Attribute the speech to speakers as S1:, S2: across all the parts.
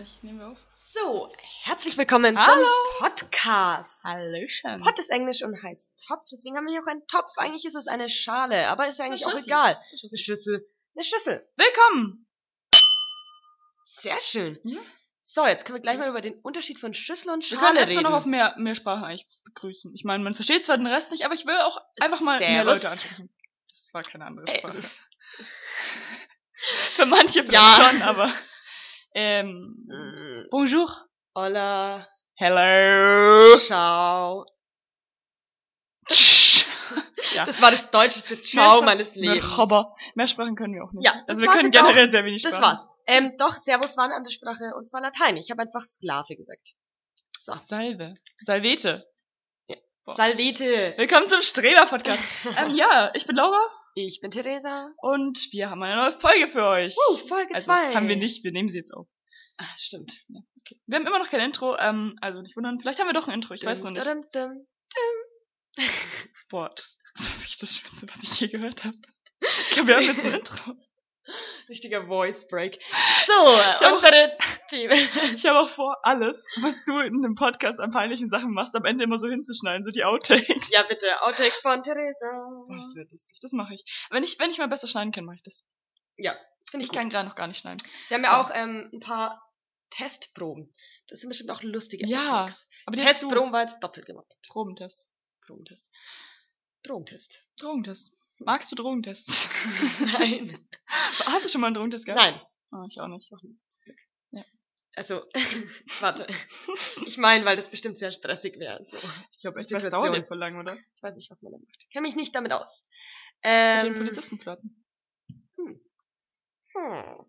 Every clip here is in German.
S1: Ich nehme auf.
S2: So, herzlich willkommen
S1: Hallo.
S2: zum Podcast.
S1: Hallöchen.
S2: Pot ist Englisch und heißt Topf, deswegen haben wir hier auch einen Topf. Eigentlich ist es eine Schale, aber ist ja eigentlich auch egal. Eine Schüssel. Eine Schüssel.
S1: Willkommen!
S2: Sehr schön.
S1: Ja.
S2: So, jetzt können wir gleich mal über den Unterschied von Schüssel und
S1: Wir können
S2: Schale
S1: erstmal
S2: reden.
S1: noch auf mehr, mehr Sprachen eigentlich begrüßen. Ich meine, man versteht zwar den Rest nicht, aber ich will auch einfach mal mehr
S2: Servus.
S1: Leute ansprechen. Das war keine andere
S2: Äh.
S1: Sprache. Für manche vielleicht
S2: Ja.
S1: schon, aber. Ähm,
S2: Mm,
S1: bonjour.
S2: Hola.
S1: Hello.
S2: Ciao.
S1: Ja.
S2: Das war das deutscheste
S1: Mehr
S2: Ciao
S1: Spra-
S2: meines
S1: Mehr
S2: Lebens.
S1: Chobber. Mehr Sprachen können wir auch nicht.
S2: Ja, das
S1: also wir
S2: war's
S1: können
S2: jetzt auch.
S1: generell sehr wenig Sprachen.
S2: Das war's. Ähm, doch, Servus war eine andere Sprache und zwar Latein. Ich habe einfach Sklave gesagt. So.
S1: Salve. Salvete. Boah.
S2: Salvete.
S1: Willkommen zum Streber-Podcast. ähm, ja, ich bin Laura
S2: Ich bin Theresa.
S1: und wir haben eine neue Folge für euch.
S2: Uh, Folge 2.
S1: also, haben wir nicht, wir nehmen sie jetzt auf.
S2: Ah, stimmt.
S1: Wir haben immer noch kein Intro, ähm, also nicht wundern. Vielleicht haben wir doch ein Intro, ich weiß noch nicht.
S2: Dum, dum,
S1: Boah, das, das war wirklich das Schönste, was ich je gehört habe. Ich glaube, wir haben jetzt ein Intro.
S2: dum. Richtiger Voice Break. So,
S1: hab-
S2: unsere Themen.
S1: Ich habe auch vor, alles, was du in einem Podcast an peinlichen Sachen machst, am Ende immer so hinzuschneiden, so die Outtakes.
S2: Ja, bitte. Outtakes von
S1: Boah, das
S2: Theresa.
S1: wäre lustig, das mache ich. Wenn ich. Wenn ich mal besser schneiden kann, mache ich das.
S2: Ja, finde
S1: Ich
S2: ich gut.
S1: kann gerade noch gar nicht schneiden.
S2: Wir haben ja
S1: So.
S2: auch ähm, ein paar Testproben. Das sind bestimmt auch lustige
S1: Ja,
S2: Outtakes.
S1: Aber die hast du.
S2: Testproben war jetzt doppelt gemacht.
S1: Probentest.
S2: Probentest. Drogentest.
S1: Drogentest. Magst du Drogentests?
S2: Nein.
S1: Hast du schon mal einen Drogentest gehabt?
S2: Nein.
S1: Ah, ich auch nicht.
S2: Also, warte. Ich meine, weil das bestimmt sehr stressig wäre. So. Ich
S1: Ich glaube echt, das
S2: Situation.
S1: dauert ja voll lang, oder? Ähm,
S2: weiß nicht, was man da macht. Ich kenne mich nicht damit aus. Ähm,
S1: Mit den Polizisten flirten.
S2: Hm.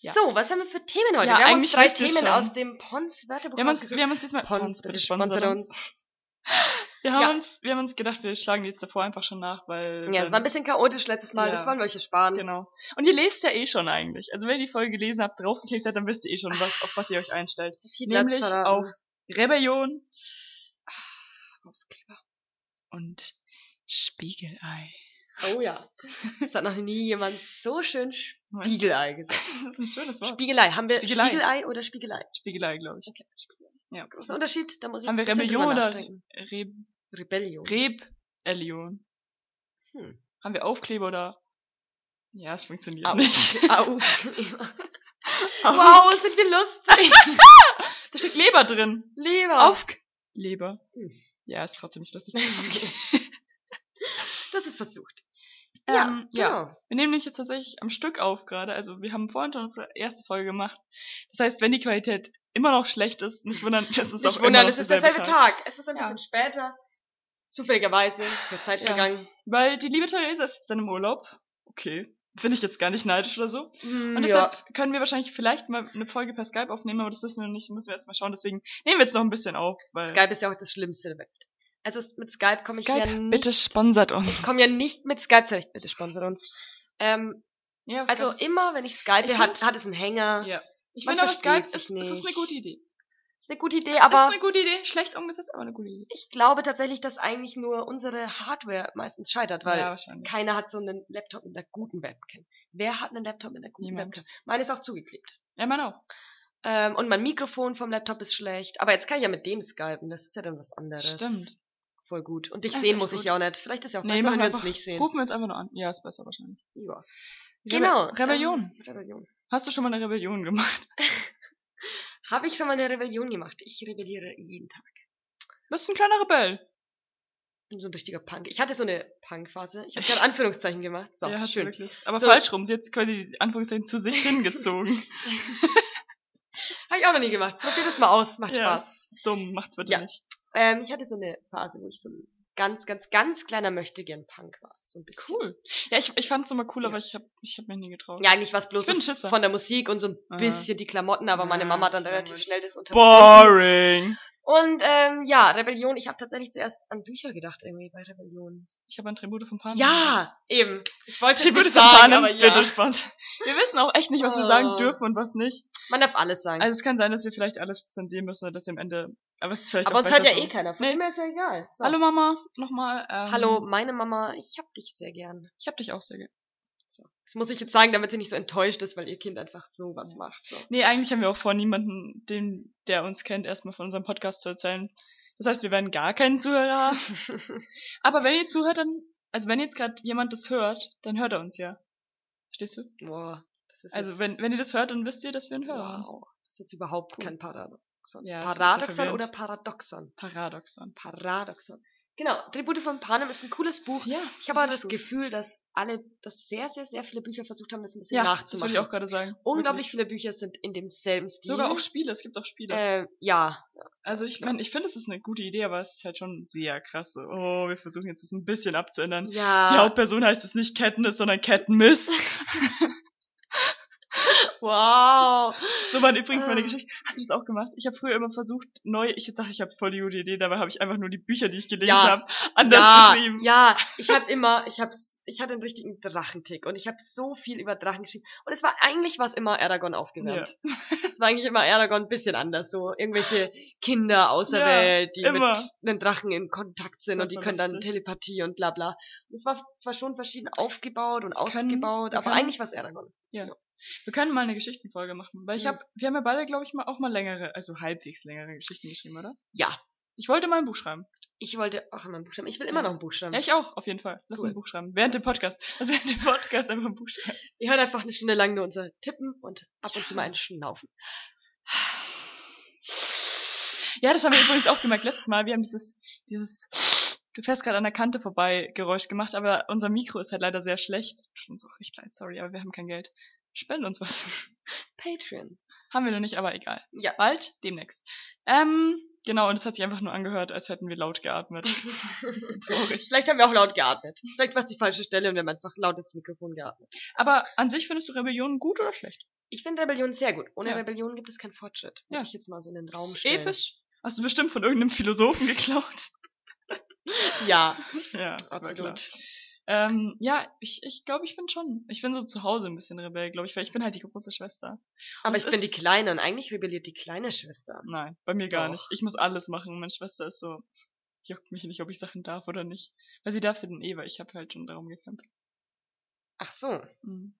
S1: Ja.
S2: So, was haben wir für Themen heute?
S1: Ja,
S2: wir haben
S1: eigentlich
S2: uns drei
S1: wisst ihr
S2: Themen
S1: schon.
S2: aus dem Pons Wörterbuch
S1: Wir haben, uns,
S2: rausgesucht.
S1: wir haben uns diesmal...
S2: Pons, bitte sponsert uns.
S1: Wir haben,
S2: Ja.
S1: uns, wir haben uns gedacht, wir schlagen die jetzt davor einfach schon nach, weil...
S2: Ja, das war ein bisschen chaotisch letztes Mal,
S1: Ja.
S2: das wollen wir euch ersparen.
S1: Genau. Und ihr lest ja eh schon eigentlich. Also wenn ihr die Folge gelesen habt, draufgeklickt habt, dann wisst ihr eh schon, was, auf was ihr euch einstellt.
S2: Titel hat's
S1: Nämlich
S2: verraten.
S1: auf Rebellion Ah,
S2: Aufkleber.
S1: und Spiegelei.
S2: Oh ja. Das hat noch nie jemand so schön
S1: Moment.
S2: Spiegelei gesagt.
S1: Das ist ein schönes Wort.
S2: Spiegelei. Haben wir
S1: Spiegelei.
S2: Spiegelei, oder Spiegelei?
S1: Spiegelei, glaube ich.
S2: Okay. Spiegelei.
S1: Ja.
S2: Großer Unterschied, da muss ich
S1: Haben
S2: jetzt
S1: wir
S2: ein bisschen
S1: Rebellion
S2: drüber
S1: oder-
S2: nachdenken.
S1: Re
S2: Rebellion.
S1: Rebellion.
S2: Hm.
S1: Haben wir Aufkleber oder... Ja, es funktioniert
S2: Au.
S1: nicht.
S2: Au. wow, sind wir lustig.
S1: Da steht Leber drin.
S2: Leber.
S1: Auf Leber.
S2: Hm.
S1: Ja, ist trotzdem nicht lustig.
S2: Okay. Das ist versucht.
S1: Ähm, ja.
S2: genau.
S1: Wir nehmen nämlich jetzt tatsächlich am Stück auf gerade. Also wir haben vorhin schon unsere erste Folge gemacht. Das heißt, wenn die Qualität immer noch schlecht ist, nicht wundern, das ist auch
S2: Nicht
S1: immer
S2: wundern,
S1: noch
S2: es ist
S1: derselbe
S2: derselbe Tag. Es ist ein
S1: Ja.
S2: bisschen später. Zufälligerweise ist ja Zeit
S1: Ja.
S2: vergangen.
S1: Weil die liebe Theresa ist jetzt dann im Urlaub. Okay. Finde ich jetzt gar nicht neidisch oder so.
S2: Mm,
S1: Und
S2: ja.
S1: deshalb können wir wahrscheinlich vielleicht mal eine Folge per Skype aufnehmen, aber das wissen wir noch nicht, müssen wir erstmal schauen. Deswegen nehmen wir jetzt noch ein bisschen auf. Weil
S2: Skype ist ja auch das Schlimmste der Welt. Also es- mit Skype komme ich ja
S1: Skype,
S2: nicht.
S1: bitte sponsert uns.
S2: Ich komme ja nicht mit Skype zurecht, bitte sponsor uns. Ähm,
S1: Ja, aber
S2: also
S1: Skype ist-
S2: immer wenn ich Skype
S1: Ich
S2: hat,
S1: find-
S2: hat es einen Hänger.
S1: Ja. Ich
S2: man
S1: finde aber Skype
S2: versteht
S1: ist,
S2: sich
S1: ist, ist eine
S2: nicht.
S1: gute Idee.
S2: Ist eine gute Idee,
S1: Aber ist
S2: aber
S1: eine gute Idee. Schlecht umgesetzt, aber eine gute Idee.
S2: ich glaube tatsächlich, dass eigentlich nur unsere Hardware meistens scheitert, weil
S1: ja, wahrscheinlich.
S2: keiner hat so einen Laptop mit einer guten Webcam. Wer hat einen Laptop mit einer guten
S1: Niemand.
S2: Webcam? Meine ist auch zugeklebt.
S1: Ja, man auch.
S2: Ähm, und mein Mikrofon vom Laptop ist schlecht. Aber jetzt kann ich ja mit dem skypen. Das ist ja dann was anderes.
S1: Stimmt.
S2: Voll gut. Und dich
S1: Das ist
S2: sehen
S1: echt
S2: muss
S1: gut.
S2: ich ja auch nicht. Vielleicht ist ja auch
S1: Nee,
S2: besser,
S1: machen wir
S2: wenn wir uns
S1: einfach-
S2: nicht sehen.
S1: Rufen wir jetzt einfach nur an. Ja, ist besser wahrscheinlich.
S2: Ja.
S1: Rebe-
S2: Genau.
S1: Rebellion.
S2: Ähm, Rebellion.
S1: Hast du schon mal eine Rebellion gemacht?
S2: Habe ich schon mal eine Rebellion gemacht. Ich rebelliere jeden Tag.
S1: Bist ein kleiner Rebell.
S2: Bin so ein richtiger Punk. Ich hatte so eine Punk-Phase. Ich habe gerade Anführungszeichen gemacht. So,
S1: ja, hat sie
S2: schön.
S1: wirklich. Aber
S2: So.
S1: falsch rum. Sie hat quasi die Anführungszeichen zu sich hingezogen.
S2: Habe ich auch noch nie gemacht. Probier das mal aus. Macht
S1: ja,
S2: Spaß.
S1: ist dumm. Macht's bitte
S2: Ja.
S1: nicht.
S2: Ähm, ich hatte so eine Phase, wo ich so ein ganz, ganz, ganz kleiner Möchtegern-Punk war. So ein bisschen.
S1: Cool. Ja, ich, ich fand's immer cool,
S2: Ja.
S1: aber ich hab, ich hab mich nie getraut.
S2: Ja, eigentlich war es bloß
S1: Ich bin ein
S2: so
S1: Schisser.
S2: von der Musik und so ein
S1: Ah.
S2: bisschen die Klamotten, aber meine
S1: Ah,
S2: Mama hat dann
S1: ist
S2: relativ
S1: langweilig.
S2: schnell das unterbunden.
S1: Boring.
S2: Und ähm, ja, Rebellion, ich habe tatsächlich zuerst an Bücher gedacht irgendwie bei Rebellion.
S1: Ich habe an Tribute von Panem.
S2: Ja, eben. Ich wollte es
S1: Tribute
S2: nicht
S1: von
S2: sagen,
S1: Panem,
S2: aber ja.
S1: bitte sponsor. Wir wissen auch echt nicht, was wir
S2: Oh.
S1: sagen dürfen und was nicht.
S2: Man darf alles sagen.
S1: Also es kann sein, dass wir vielleicht alles zensieren müssen, dass wir am Ende. Aber es ist vielleicht
S2: aber
S1: auch
S2: uns hört ja
S1: besser
S2: eh keiner. Von
S1: Nee.
S2: dem her ist ja egal. So.
S1: Hallo Mama, nochmal. Ähm,
S2: Hallo, meine Mama, ich hab dich sehr gern.
S1: Ich hab dich auch sehr gerne.
S2: So. Das muss ich jetzt sagen, damit sie nicht so enttäuscht ist, weil ihr Kind einfach sowas
S1: Ja.
S2: macht. So.
S1: Nee, eigentlich haben wir auch vor, niemanden, den, der uns kennt, erstmal von unserem Podcast zu erzählen. Das heißt, wir werden gar keinen Zuhörer haben. Aber wenn ihr zuhört, dann, also wenn jetzt gerade jemand das hört, dann hört er uns ja. Verstehst du?
S2: Boah, das ist
S1: Also
S2: jetzt,
S1: wenn, wenn ihr das hört, dann wisst ihr, dass wir einen Hörer haben.
S2: wow, das ist jetzt überhaupt
S1: Cool.
S2: kein Paradoxon.
S1: Ja, das ist so
S2: Paradoxon
S1: verwirrend.
S2: oder Paradoxon?
S1: Paradoxon.
S2: Paradoxon. Genau, Tribute von Panem ist ein cooles Buch.
S1: Ja,
S2: Ich habe aber
S1: ist
S2: das
S1: gut.
S2: Gefühl, dass alle, dass sehr, sehr, sehr viele Bücher versucht haben, das ein bisschen
S1: ja, das
S2: nachzumachen.
S1: wollte ich auch gerade sagen.
S2: Unglaublich viele Bücher sind in demselben
S1: Wirklich.
S2: Stil.
S1: Sogar auch Spiele, es gibt auch Spiele.
S2: äh, ja,
S1: also ich meine, ich finde, es ist eine gute Idee, aber es ist halt schon sehr krass. so, Oh, wir versuchen jetzt das ein bisschen abzuändern. Die
S2: ja.
S1: Hauptperson heißt es nicht Katniss, sondern Katniss.
S2: Wow.
S1: So waren übrigens meine
S2: Ähm.
S1: Geschichten. Hast du das auch gemacht? Ich habe früher immer versucht, neu, ich dachte, ich habe voll die gute Idee, dabei habe ich einfach nur die Bücher, die ich gelesen
S2: Ja.
S1: habe, anders
S2: ja,
S1: geschrieben.
S2: Ja, ich habe immer, ich hab's, ich hatte einen richtigen Drachentick und ich habe so viel über Drachen geschrieben. Und es war eigentlich was immer Aragorn aufgewärmt. Es war eigentlich immer Aragorn ein bisschen anders. So irgendwelche Kinder außer
S1: Ja,
S2: Welt, die
S1: immer.
S2: mit einem Drachen in Kontakt sind
S1: Das
S2: und die
S1: war
S2: können dann
S1: lustig.
S2: Telepathie und bla bla. Und es war zwar schon verschieden aufgebaut und
S1: können-
S2: ausgebaut,
S1: wir
S2: aber
S1: können-
S2: eigentlich was Aragorn.
S1: Wir können mal eine Geschichtenfolge machen, weil ich
S2: Mhm.
S1: habe, wir haben ja beide, glaube ich, mal auch mal längere, also halbwegs längere Geschichten geschrieben, oder?
S2: Ja.
S1: Ich wollte mal ein Buch schreiben.
S2: Ich wollte auch immer ein Buch schreiben. Ich will immer
S1: Ja.
S2: noch ein Buch schreiben.
S1: Ja, ich auch, auf jeden Fall. Lass
S2: Cool.
S1: ein Buch schreiben. Während dem Podcast. Also während dem Podcast einfach ein Buch schreiben.
S2: Ihr hört einfach eine Stunde lang nur unser Tippen und ab und zu mal ein Schnaufen.
S1: Ja, das haben wir übrigens auch gemerkt letztes Mal. Wir haben dieses, dieses, du fährst gerade an der Kante vorbei Geräusch gemacht, aber unser Mikro ist halt leider sehr schlecht. Tut uns auch recht leid, sorry, aber wir haben kein Geld. Spend uns was.
S2: Patreon.
S1: haben wir noch nicht, aber egal.
S2: Ja.
S1: Bald, demnächst. Ähm, genau, und es hat sich einfach nur angehört, als hätten wir laut geatmet. Traurig.
S2: Vielleicht haben wir auch laut geatmet. Vielleicht war es die falsche Stelle und wir haben einfach laut ins Mikrofon geatmet.
S1: Aber an sich findest du Rebellion gut oder schlecht?
S2: Ich finde Rebellion sehr gut. Ohne
S1: Ja.
S2: Rebellion gibt es keinen Fortschritt.
S1: Ja.
S2: Ja. Ich jetzt mal so in den Raum stellen.
S1: Episch. Hast du bestimmt von irgendeinem Philosophen geklaut.
S2: Ja,
S1: ja, war klar.
S2: absolut.
S1: Ähm, ja, ich ich, glaube, ich bin schon. Ich bin so zu Hause ein bisschen Rebell, glaube ich, weil ich bin halt die große Schwester.
S2: Aber
S1: Es
S2: ich bin die
S1: ist-
S2: Kleine und eigentlich rebelliert die kleine Schwester.
S1: Nein, bei mir gar
S2: Doch.
S1: nicht. Ich muss alles machen. Meine Schwester ist so, juckt mich nicht, ob ich Sachen darf oder nicht. Weil sie darf sie dann eh, weil ich habe halt schon darum gekämpft.
S2: Ach so,
S1: Mhm.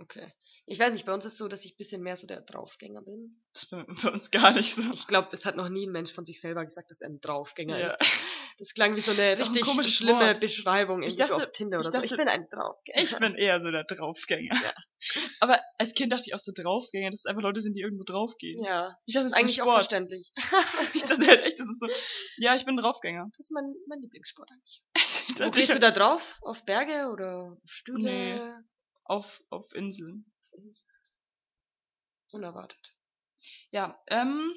S2: okay. Ich weiß nicht, bei uns ist so, dass ich ein bisschen mehr so der Draufgänger bin.
S1: Das ist bei, bei uns gar nicht so.
S2: Ich glaube, es hat noch nie ein Mensch von sich selber gesagt, dass er ein Draufgänger
S1: Ja.
S2: ist. Das klang wie so eine
S1: Ist auch ein
S2: richtig
S1: komisches
S2: schlimme
S1: Wort.
S2: Beschreibung
S1: Ich
S2: irgendwie so
S1: dachte-
S2: auf Tinder
S1: ich
S2: oder so.
S1: dachte-
S2: Ich bin ein Draufgänger.
S1: Ich bin eher so der Draufgänger.
S2: Ja.
S1: Aber als Kind dachte ich auch so Draufgänger, dass es einfach Leute sind, die irgendwo draufgehen.
S2: Ja,
S1: Ich dachte,
S2: das
S1: es
S2: ist eigentlich auch
S1: Sport.
S2: verständlich.
S1: Ich dachte halt echt, das ist so, ja, ich bin ein Draufgänger.
S2: Das ist mein, mein Lieblingssport eigentlich.
S1: Ich
S2: Wo
S1: dachte, halt
S2: gehst
S1: ich-
S2: du da drauf? Auf Berge oder auf Stühle?
S1: auf, auf Inseln.
S2: Unerwartet.
S1: Ja, ähm,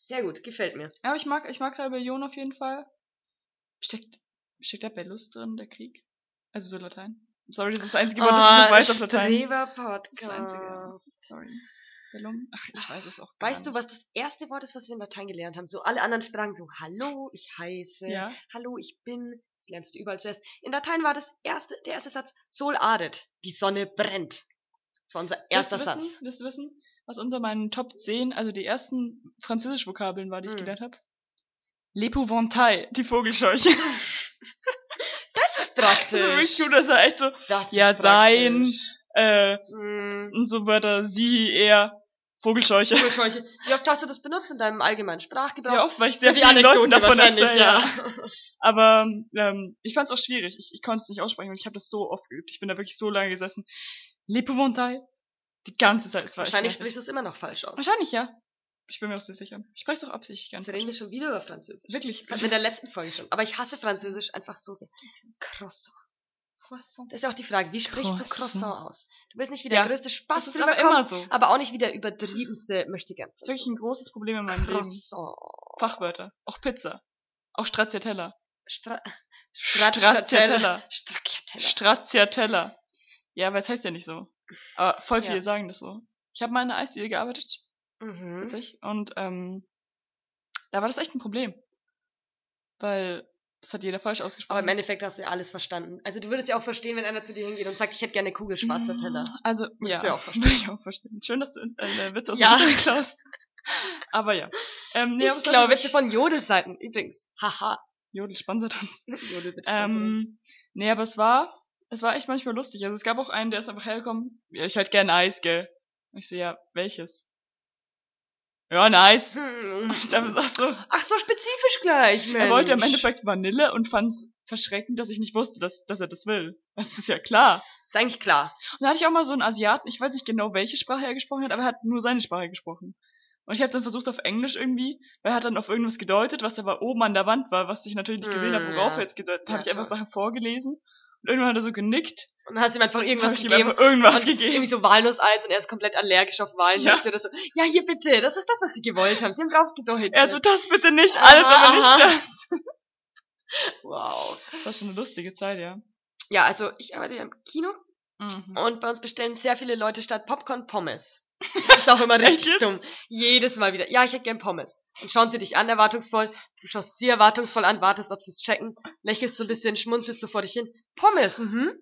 S2: Sehr gut, gefällt mir.
S1: Ja, aber ich mag, ich mag Rebellion auf jeden Fall. Steckt, steckt da Bellus drin, der Krieg? Also so Latein. Sorry, das ist das einzige Wort,
S2: Ah,
S1: das ich
S2: Oh,
S1: noch weiß auf Latein.
S2: Streber-Podcast.
S1: Das ist das einzige. Sorry. Bellum? Ach, ich weiß es auch gar
S2: Weißt du, was das erste Wort ist, was wir in Latein gelernt haben? So alle anderen Sprachen so, hallo, ich heiße,
S1: Ja.
S2: hallo, ich bin. Das lernst du überall zuerst. In Latein war das erste, der erste Satz, sol adet, die Sonne brennt. Das war unser
S1: Willst du
S2: erster
S1: wissen,
S2: Satz.
S1: Willst du wissen, was unter meinen Top 10, also die ersten Französisch-Vokabeln war, die ich
S2: Hm.
S1: gelernt habe? L'épouvantail, die Vogelscheuche. Das
S2: Das ist
S1: ist wirklich
S2: praktisch.
S1: gut, das war echt so,
S2: Das
S1: Ja,
S2: ist
S1: sein.
S2: praktisch.
S1: äh,
S2: Mm.
S1: und so Wörter, sie, er, Vogelscheuche.
S2: Vogelscheuche. Wie oft hast du das benutzt in deinem allgemeinen Sprachgebrauch?
S1: Sehr oft, weil ich sehr
S2: Für
S1: vielen Leuten davon erzähle. Ja.
S2: ja.
S1: Aber ähm, ich fand es auch schwierig. Ich, ich konnte es nicht aussprechen und ich habe das so oft geübt. Ich bin da wirklich so lange gesessen. L'épouvantail. Die ganze Zeit. Es war echt
S2: Wahrscheinlich
S1: nervig.
S2: sprichst du es immer noch falsch aus.
S1: Wahrscheinlich, ja. Ich bin mir auch so sicher. Ich spreche es auch absichtlich gern.
S2: Jetzt reden wir schon wieder über Französisch.
S1: Wirklich.
S2: Das hatten wir in der letzten Folge schon. Aber ich hasse Französisch einfach so sehr. Croissant.
S1: Croissant.
S2: Das ist ja auch die Frage, wie sprichst du
S1: Croissant.
S2: Croissant aus? Du willst nicht wie der
S1: Ja,
S2: größte
S1: Das
S2: Spaß
S1: ist aber
S2: rüberkommen,
S1: immer so.
S2: aber, auch nicht wie der übertriebenste möchte gern.
S1: Das ist wirklich ein großes Problem in meinem Leben.
S2: Croissant.
S1: Fachwörter. Auch Pizza. Auch Stracciatella.
S2: Stra
S1: Stracciatella.
S2: Stracciatella.
S1: Stracciatella. Ja, weil es heißt ja nicht so. Aber voll viele
S2: Ja.
S1: sagen das so. Ich habe mal in einer Eisdiele gearbeitet.
S2: Mhm.
S1: witzig. Und ähm, da war das echt ein Problem. Weil das hat jeder falsch ausgesprochen.
S2: Aber im Endeffekt hast du ja alles verstanden. Also du würdest ja auch verstehen, wenn einer zu dir hingeht und sagt, ich hätte gerne eine Kugel schwarzer Teller.
S1: Also, ja.
S2: Würdest du ja auch verstehen.
S1: Würde ich auch verstehen. Schön, dass du äh, äh, Witze aus
S2: Ja.
S1: dem Internet klaust. Aber ja. Ähm, nee, aber
S2: ich
S1: es
S2: glaube,
S1: hat-
S2: Witze von Jodelseiten übrigens. Haha.
S1: Jodel sponsert uns.
S2: Jodel bitte.
S1: Ähm, nee, aber es war es war echt manchmal lustig. Also es gab auch einen, der ist einfach hergekommen, ja, ich hätte gern Eis, gell? Und ich so, ja, welches? Ja, ein Eis. Und dann war so,
S2: Ach, so spezifisch gleich, Mensch.
S1: er wollte im Endeffekt Vanille und fand es verschreckend, dass ich nicht wusste, dass, dass er das will. Das ist ja klar.
S2: Ist eigentlich klar.
S1: Und da hatte ich auch mal so einen Asiaten, ich weiß nicht genau, welche Sprache er gesprochen hat, aber er hat nur seine Sprache gesprochen. Und ich habe dann versucht auf Englisch irgendwie, weil er hat dann auf irgendwas gedeutet, was aber oben an der Wand war, was ich natürlich nicht gesehen
S2: Mm,
S1: habe, worauf
S2: ja.
S1: er jetzt gedeutet hat.
S2: Ja,
S1: habe ich einfach
S2: toll.
S1: Sachen vorgelesen. Und irgendwann hat er so genickt.
S2: Und dann hast du ihm einfach
S1: Habe
S2: irgendwas
S1: ich ihm
S2: gegeben.
S1: einfach irgendwas
S2: und
S1: gegeben.
S2: Irgendwie so Walnusseis und er ist komplett allergisch auf Walnüsse oder so. Ja, hier bitte, das ist das, was sie gewollt haben. Sie haben drauf gedeutet.
S1: Er so, das bitte nicht,
S2: Aha,
S1: alles aber nicht
S2: aha.
S1: das.
S2: wow.
S1: Das war schon eine lustige Zeit, ja.
S2: Ja, also ich arbeite ja im Kino und bei uns bestellen sehr viele Leute statt Popcorn Pommes. Das ist auch immer
S1: Echt
S2: richtig
S1: jetzt?
S2: dumm. Jedes Mal wieder. Ja, ich hätte gern Pommes. Und schauen sie dich an, erwartungsvoll. Du schaust sie erwartungsvoll an, wartest, ob sie es checken, lächelst so ein bisschen, schmunzelst so vor dich hin. Pommes, mhm.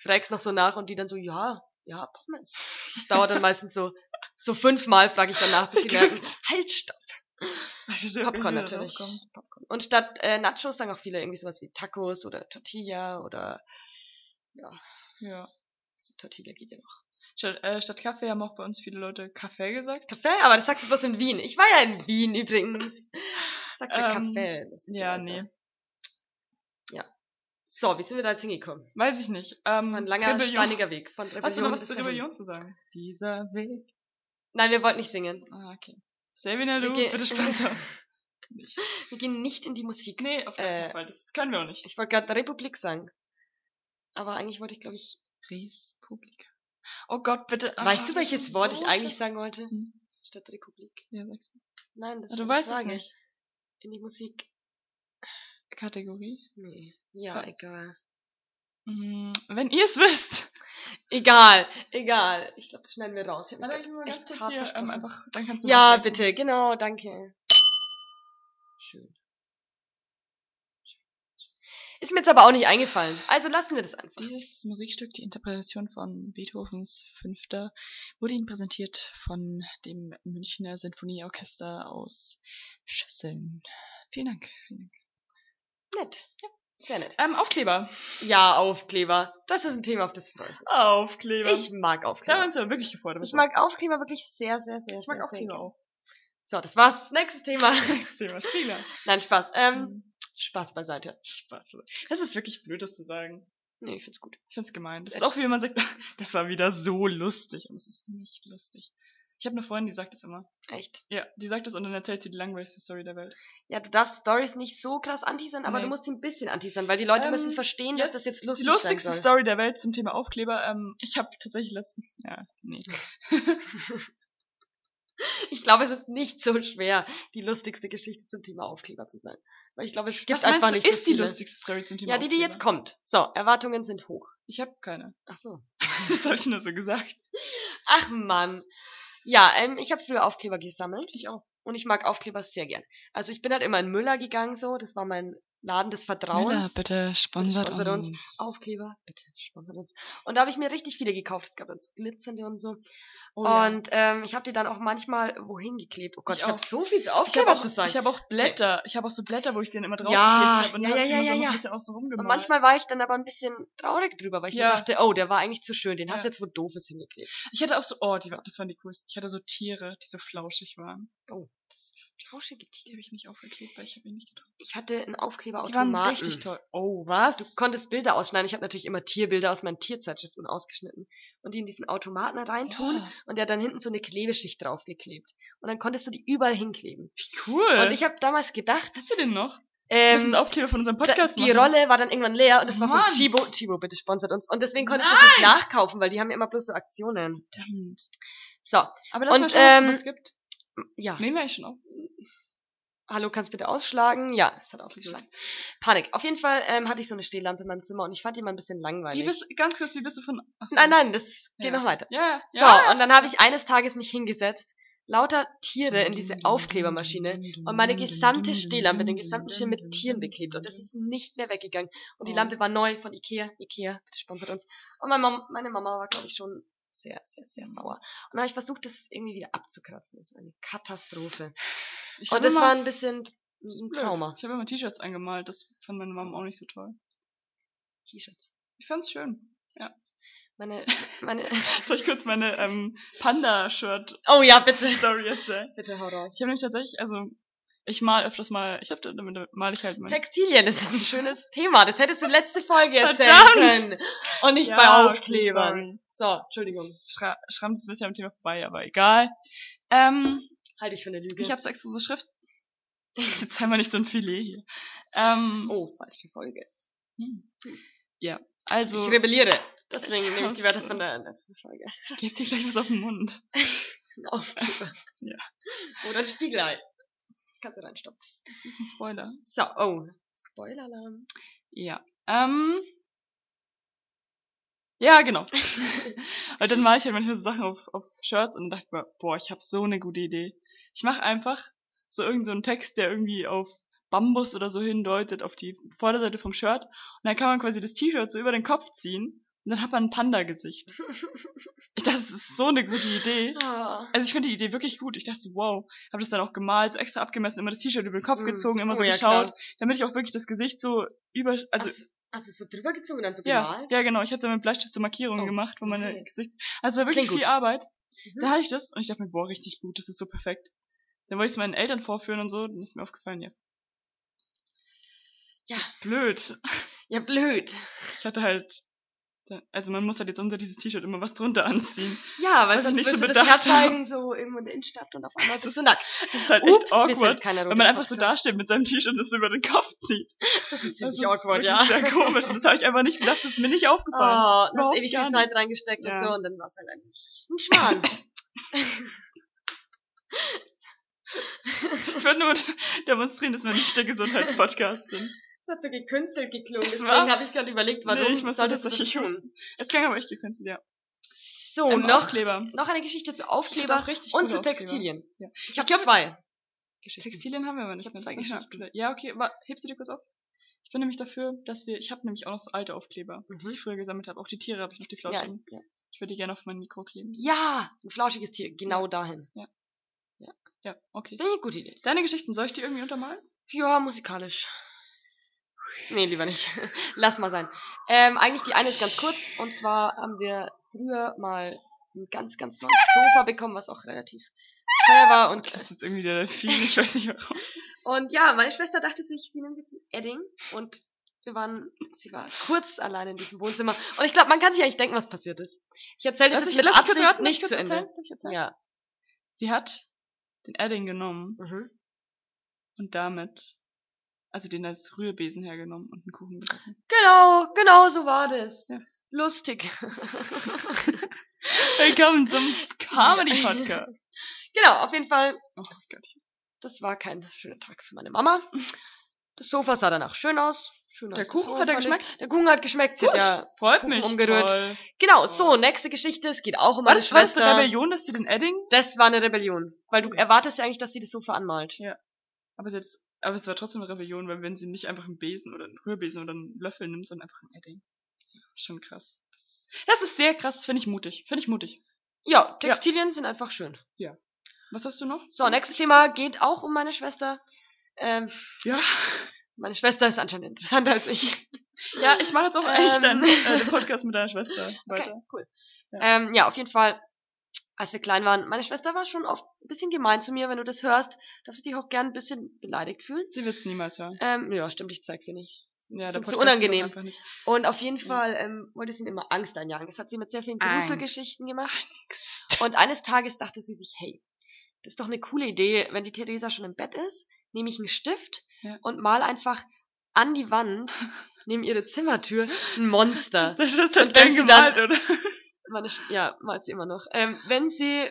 S2: Fragst noch so nach und die dann so, ja, ja, Pommes. Das dauert dann meistens so, so fünfmal frage ich danach, bis sie merken, halt, stopp. Popcorn natürlich. Popcorn. Und statt äh, Nachos sagen auch viele irgendwie sowas wie Tacos oder Tortilla oder
S1: Ja.
S2: also Tortilla geht ja noch.
S1: Statt, äh, statt Kaffee haben auch bei uns viele Leute Kaffee gesagt.
S2: Kaffee, aber das sagst du bloß in Wien. Ich war ja in Wien übrigens. Sagst du
S1: Ähm,
S2: Kaffee? das ist
S1: Ja,
S2: besser.
S1: nee.
S2: So, wie sind wir da jetzt hingekommen?
S1: Weiß ich nicht. Ähm,
S2: Das war ein langer,
S1: Rebellion.
S2: steiniger Weg von Rebellion.
S1: Hast du noch was
S2: bis
S1: zur
S2: dahin.
S1: Rebellion zu sagen? Dieser Weg.
S2: Nein, wir wollten nicht singen.
S1: Ah, okay. Savina
S2: Wir
S1: Lou,
S2: gehen-
S1: bitte sponsor. Nicht.
S2: Wir gehen nicht in die Musik.
S1: nee, auf keinen
S2: Äh,
S1: Fall. Das können wir auch nicht.
S2: Ich wollte gerade Republik sagen. Aber eigentlich wollte ich, glaube ich.
S1: Respublika. Oh Gott, bitte. Ah,
S2: weißt du,
S1: das
S2: welches
S1: ist
S2: Wort
S1: so
S2: ich
S1: schlimm.
S2: eigentlich sagen wollte?
S1: Hm.
S2: Statt Republik.
S1: Ja, sag's mal.
S2: Nein, das
S1: Ah, du
S2: war die
S1: weißt es
S2: Frage.
S1: nicht.
S2: In die Musik.
S1: Kategorie.
S2: Nee. Ja,
S1: Ah.
S2: egal.
S1: Hm, wenn ihr es wisst.
S2: Egal, egal. Ich glaube, das schneiden wir raus. Ich hab mich
S1: Warte,
S2: grad
S1: ich will mal ganz
S2: echt
S1: kurz
S2: hart
S1: hier ähm,
S2: versprochen.
S1: einfach, dann kannst du
S2: Ja,
S1: nachdenken.
S2: bitte, genau, danke. Schön. Ist mir jetzt aber auch nicht eingefallen. Also lassen wir das einfach.
S1: Dieses Musikstück, die Interpretation von Beethovens Fünfter, wurde Ihnen präsentiert von dem Münchner Sinfonieorchester aus Schüsseln. Vielen Dank. Vielen Dank.
S2: Nett. Ja, sehr nett.
S1: Ähm, Aufkleber.
S2: Ja, Aufkleber. Das ist ein Thema, auf das freue ich mich.
S1: Aufkleber.
S2: Ich mag
S1: da haben wir
S2: Aufkleber.
S1: uns ja wirklich gefreut. aber
S2: Ich mag Aufkleber wirklich sehr, sehr, sehr,
S1: ich mag
S2: sehr, sehr
S1: Aufkleber
S2: gerne.
S1: auch.
S2: So, das war's. Nächstes Thema.
S1: Das Thema Spieler.
S2: Nein, Spaß. Ähm,
S1: Ähm,
S2: Spaß beiseite.
S1: Spaß. Das ist wirklich blöd, das zu sagen.
S2: Nee, ich find's gut.
S1: Ich find's gemein. Das ist auch wie wenn man sagt, das war wieder so lustig. Und es ist nicht lustig. Ich habe eine Freundin, die sagt das immer.
S2: Echt.
S1: Ja, die sagt das und dann erzählt sie die langweiligste Story der Welt.
S2: Ja, du darfst Stories nicht so krass anti sein, aber
S1: Nee.
S2: du musst sie ein bisschen anti sein, weil die Leute
S1: Ähm,
S2: müssen verstehen, dass das jetzt lustig
S1: Die lustigste
S2: sein soll.
S1: Story der Welt zum Thema Aufkleber. Ähm, ich habe tatsächlich letzten. Ja, nee.
S2: Ich glaube, es ist nicht so schwer, die lustigste Geschichte zum Thema Aufkleber zu sein. Weil ich glaube, es gibt
S1: Was meinst
S2: einfach
S1: du,
S2: nicht so
S1: ist die
S2: viele.
S1: lustigste Story zum Thema
S2: Ja, die, die
S1: Aufkleber?
S2: jetzt kommt. So, Erwartungen sind hoch.
S1: Ich habe keine.
S2: Ach so.
S1: Das habe ich nur so gesagt.
S2: Ach Mann. Ja, ähm, ich habe früher Aufkleber gesammelt
S1: Ich auch.
S2: und ich mag Aufkleber sehr gern. Also ich bin halt immer in Müller gegangen so, das war mein Laden des
S1: Müller,
S2: Vertrauens.
S1: bitte sponsert,
S2: Bitte sponsert uns. Aufkleber, bitte, sponsert uns. Und da habe ich mir richtig viele gekauft. Es gab dann so glitzernde und so.
S1: Oh,
S2: und ähm, ich habe die dann auch manchmal wohin geklebt. Oh Gott,
S1: Ich
S2: ich, hab
S1: auch.
S2: habe so viel zu
S1: Ich habe
S2: Aufkleber
S1: auch,
S2: zu sein.
S1: ich hab auch Blätter. Ich habe auch so Blätter, wo ich den immer drauf
S2: Ja,
S1: habe und
S2: ja,
S1: dann hab
S2: ja,
S1: ich
S2: ja,
S1: immer so
S2: ja,
S1: noch
S2: ja.
S1: ein bisschen außen rum
S2: Und
S1: gemalt.
S2: manchmal war ich dann aber ein bisschen traurig drüber, weil ich
S1: Ja.
S2: mir dachte, oh, der war eigentlich zu schön, den hast
S1: Ja.
S2: du jetzt wo Doofes hingeklebt.
S1: Ich hatte auch so, oh, die, war- das waren die coolsten. Ich hatte so Tiere, die so flauschig waren.
S2: Oh. Flauschige
S1: Die
S2: Tiere.
S1: habe ich nicht aufgeklebt, weil ich habe ihn nicht getroffen.
S2: Ich hatte einen
S1: Die waren
S2: Aufkleberautomaten.
S1: richtig toll. Oh,
S2: Du
S1: was?
S2: konntest Bilder ausschneiden. Ich habe natürlich immer Tierbilder aus meinen Tierzeitschriften ausgeschnitten und die in diesen Automaten reintun
S1: Ja,
S2: und der hat dann hinten so eine Klebeschicht draufgeklebt. Und dann konntest du die überall hinkleben.
S1: wie cool.
S2: Und ich habe damals gedacht,
S1: Hast du den noch? das ist
S2: ähm,
S1: Aufkleber von unserem
S2: da,
S1: Podcast.
S2: die Rolle war dann irgendwann leer und das war
S1: Mann.
S2: von Chibo. Chibo, bitte sponsert uns. Und deswegen konnte ich das nicht nachkaufen, weil die haben ja immer bloß so Aktionen.
S1: Ah! Verdammt.
S2: So,
S1: Aber lass
S2: Und,
S1: mal schauen,
S2: ähm,
S1: was es gibt.
S2: ja.
S1: Nehmen wir eigentlich schon auf.
S2: Hallo, kannst bitte ausschlagen? Ja, es hat ausgeschlagen. Panik. Auf jeden Fall ähm, hatte ich so eine Stehlampe in meinem Zimmer und ich fand die mal ein bisschen langweilig.
S1: Wie bist, ganz kurz, wie bist du von... Ach so.
S2: nein, nein, das
S1: Ja.
S2: geht noch weiter.
S1: Ja,
S2: So,
S1: ja.
S2: und dann habe ich eines Tages mich hingesetzt, lauter Tiere in diese Aufklebermaschine und meine gesamte Stehlampe, den gesamten Schirm mit Tieren beklebt und das ist nicht mehr weggegangen. Und die
S1: Oh.
S2: Lampe war neu von Ikea. Ikea, bitte sponsert uns. Und meine Mama, meine Mama war, glaube ich, schon sehr, sehr, sehr sauer. Und dann habe ich versucht, das irgendwie wieder abzukratzen. Das war eine Katastrophe.
S1: Ich hab
S2: Und das
S1: immer-
S2: war ein bisschen ein
S1: Blöd.
S2: Trauma.
S1: Ich habe immer T-Shirts angemalt, das fand meine Mama auch nicht so toll.
S2: T-Shirts.
S1: Ich fand's schön.
S2: Meine, meine.
S1: Soll ich kurz meine ähm, Panda-Shirt-Story
S2: Oh ja, bitte.
S1: erzählen?
S2: Bitte hau raus.
S1: Ich habe nämlich tatsächlich, also ich mal öfters mal, ich habe damit mal ich halt mein
S2: Textilien, das ist ein schönes Thema. Das hättest du letzte Folge erzählen
S1: Verdammt!
S2: können. Und nicht
S1: Ja,
S2: bei
S1: okay,
S2: Aufklebern.
S1: sorry.
S2: so, Entschuldigung.
S1: Schra schrammt jetzt ein bisschen am Thema vorbei, aber egal. Ähm,
S2: Halte ich für eine Lüge.
S1: ich habe so extra so Schrift. Jetzt haben wir nicht so ein Filet hier. Ähm,
S2: oh, falsche Folge.
S1: hm. Ja, also
S2: ich rebelliere. Deswegen nehme ich die Wörter
S1: hasse-
S2: von der letzten Folge.
S1: gebt dir gleich was auf den Mund.
S2: Ein Aufkleber.
S1: Ja.
S2: Oder ein Spiegelei. Das kannst du reinstoppen.
S1: Das ist ein Spoiler.
S2: So, oh. Spoiler-Alarm.
S1: Ja. Ähm, ja, genau. Und dann male ich halt manchmal so Sachen auf, auf Shirts und dachte mir, boah, ich habe so eine gute Idee. Ich mache einfach so irgend so einen Text, der irgendwie auf Bambus oder so hindeutet, auf die Vorderseite vom Shirt. Und dann kann man quasi das T-Shirt so über den Kopf ziehen und dann hat man ein Panda-Gesicht. Ich dachte, das ist so eine gute Idee.
S2: Ah.
S1: Also ich finde die Idee wirklich gut. Ich dachte, so, wow, habe das dann auch gemalt, so extra abgemessen, immer das T-Shirt über den Kopf
S2: Mhm.
S1: gezogen, immer so
S2: Oh ja,
S1: geschaut,
S2: klar.
S1: damit ich auch wirklich das Gesicht so über, also
S2: hast, hast du es so drüber gezogen und dann so
S1: ja,
S2: gemalt?
S1: ja, genau. Ich habe dann mit Bleistift so Markierungen
S2: Oh,
S1: gemacht, wo meine
S2: okay.
S1: Gesicht. Also es war wirklich
S2: Klingt
S1: viel
S2: gut.
S1: Arbeit.
S2: Mhm.
S1: Da hatte ich das und ich dachte mir, boah, richtig gut, das ist so perfekt. Dann wollte ich es meinen Eltern vorführen und so, dann ist mir aufgefallen, ja.
S2: Ja.
S1: Blöd.
S2: Ja, blöd.
S1: Ich hatte halt. Also man muss halt jetzt unter dieses T-Shirt immer was drunter anziehen.
S2: Ja,
S1: Was
S2: weil
S1: ich
S2: sonst
S1: nicht
S2: willst
S1: so
S2: du das
S1: bedacht
S2: herzeigen, so irgendwo in der Innenstadt und auf einmal bist du nackt.
S1: Das ist halt echt
S2: Ups, wir sind
S1: awkward.
S2: keine
S1: Wenn man einfach so dasteht mit seinem T-Shirt und es über den Kopf zieht.
S2: Das ist
S1: Das
S2: ziemlich
S1: ist
S2: awkward,
S1: wirklich
S2: ja.
S1: sehr komisch. Und das habe ich einfach nicht gedacht, das ist mir nicht aufgefallen.
S2: Oh, du hast
S1: Überhaupt
S2: ewig
S1: gar
S2: viel
S1: nicht.
S2: Zeit reingesteckt und
S1: Ja.
S2: so und dann war es halt eigentlich ein Schmarrn.
S1: Ich wollte nur demonstrieren, dass wir nicht der Gesundheitspodcast sind.
S2: Das hat so gekünstelt geklungen,
S1: Es war-
S2: deswegen habe ich gerade überlegt, warum
S1: Nee, ich muss
S2: solltest du das
S1: tatsächlich
S2: tun.
S1: husten. Es klang aber echt gekünstelt, ja.
S2: So,
S1: Ähm,
S2: noch,
S1: Aufkleber.
S2: noch eine Geschichte zu
S1: Ich
S2: Aufkleber
S1: hab auch richtig
S2: und
S1: gute
S2: zu
S1: Aufkleber.
S2: Textilien.
S1: Ja.
S2: Ich habe
S1: glaub-
S2: zwei Geschichten.
S1: Textilien haben wir aber nicht
S2: hab
S1: mehr.
S2: zwei
S1: Das ist nicht
S2: Geschichten.
S1: aktuell. Ja, okay, aber hebst du dir kurz auf? Ich bin nämlich dafür, dass wir. Ich habe nämlich auch noch so alte Aufkleber, die
S2: Mhm.
S1: ich früher gesammelt habe. Auch die Tiere habe ich noch die
S2: ja,
S1: Flauschigen.
S2: ja.
S1: Ich würde die gerne auf mein Mikro kleben.
S2: ja, ein flauschiges Tier, genau dahin.
S1: Ja, okay.
S2: Nee, gute Idee.
S1: Deine Geschichten, soll ich die irgendwie untermalen?
S2: Ja, musikalisch. Nee, lieber nicht. Lass mal sein. Ähm, eigentlich die eine ist ganz kurz. Und zwar haben wir früher mal ein ganz, ganz neues Sofa bekommen, was auch relativ teuer war. Und,
S1: Das ist jetzt irgendwie der Delfin, ich weiß nicht warum.
S2: und ja, meine Schwester dachte sich, sie nimmt jetzt ein Edding. Und wir waren, sie war kurz allein in diesem Wohnzimmer. Und ich glaube, man kann sich eigentlich denken, was passiert ist. Ich erzähle das
S1: Lass
S2: jetzt
S1: ich-
S2: mit
S1: lass ich kurz
S2: Absicht
S1: raten,
S2: nicht
S1: kurz
S2: zu Ende.
S1: erzählen, darf ich erzählen?
S2: Ja.
S1: Sie hat den Edding genommen
S2: Mhm.
S1: und damit, also den als Rührbesen hergenommen und einen Kuchen gebacken.
S2: Genau, genau so war das.
S1: Ja.
S2: Lustig.
S1: Willkommen zum Comedy-Podcast.
S2: genau, auf jeden Fall
S1: Oh mein Gott.
S2: Das war kein schöner Tag für meine Mama. Das Sofa sah danach schön aus. Schön
S1: Der
S2: aus dem
S1: Kuchen hat er
S2: fand ich. Der Kuchen hat geschmeckt. Sie
S1: Gut,
S2: hat ja,
S1: freut
S2: Kuchen
S1: mich.
S2: umgerührt.
S1: Toll.
S2: genau, so, nächste Geschichte. Es geht auch um
S1: War
S2: meine
S1: das, war das
S2: Schwester.
S1: eine Oh. Rebellion, dass sie den Edding
S2: Das war eine Rebellion. Weil du erwartest ja eigentlich, dass sie das Sofa anmalt.
S1: Ja. Aber jetzt, aber es war trotzdem eine Rebellion, weil wenn sie nicht einfach einen Besen oder einen Rührbesen oder einen Löffel nimmt, sondern einfach ein Edding. Ist Schon krass. Das, das ist sehr krass, finde ich mutig. Finde ich mutig.
S2: Ja, Textilien sind einfach schön.
S1: Was hast du noch?
S2: So, ne? nächstes Thema geht auch um meine Schwester. Ähm,
S1: Ja.
S2: meine Schwester ist anscheinend interessanter als ich.
S1: Ja, ich mache jetzt auch eigentlich
S2: Ähm.
S1: dann äh, den Podcast mit deiner Schwester weiter.
S2: Okay, cool.
S1: Ja.
S2: Ähm, ja, auf jeden Fall, als wir klein waren, meine Schwester war schon oft ein bisschen gemein zu mir. Wenn du das hörst, darfst du dich auch gern ein bisschen beleidigt fühlen.
S1: Sie wird es niemals hören.
S2: Ähm, ja, stimmt, ich zeig sie nicht.
S1: Ja,
S2: Ist
S1: der
S2: uns
S1: Podcast
S2: zu
S1: hört
S2: unangenehm.
S1: Einfach nicht.
S2: Und auf jeden
S1: Ja.
S2: Fall ähm, wollte sie ihm immer Angst einjagen. Das hat sie mit sehr vielen
S1: Angst.
S2: Gruselgeschichten gemacht. Und eines Tages dachte sie sich, hey, das ist doch eine coole Idee, wenn die Theresa schon im Bett ist, nehme ich einen Stift
S1: Ja.
S2: und mal einfach an die Wand neben ihre Zimmertür ein Monster.
S1: Das ist
S2: Und
S1: das
S2: wenn
S1: Ding
S2: sie
S1: gemalt, oder?
S2: Meine Sch ja, malt sie immer noch. Ähm, wenn sie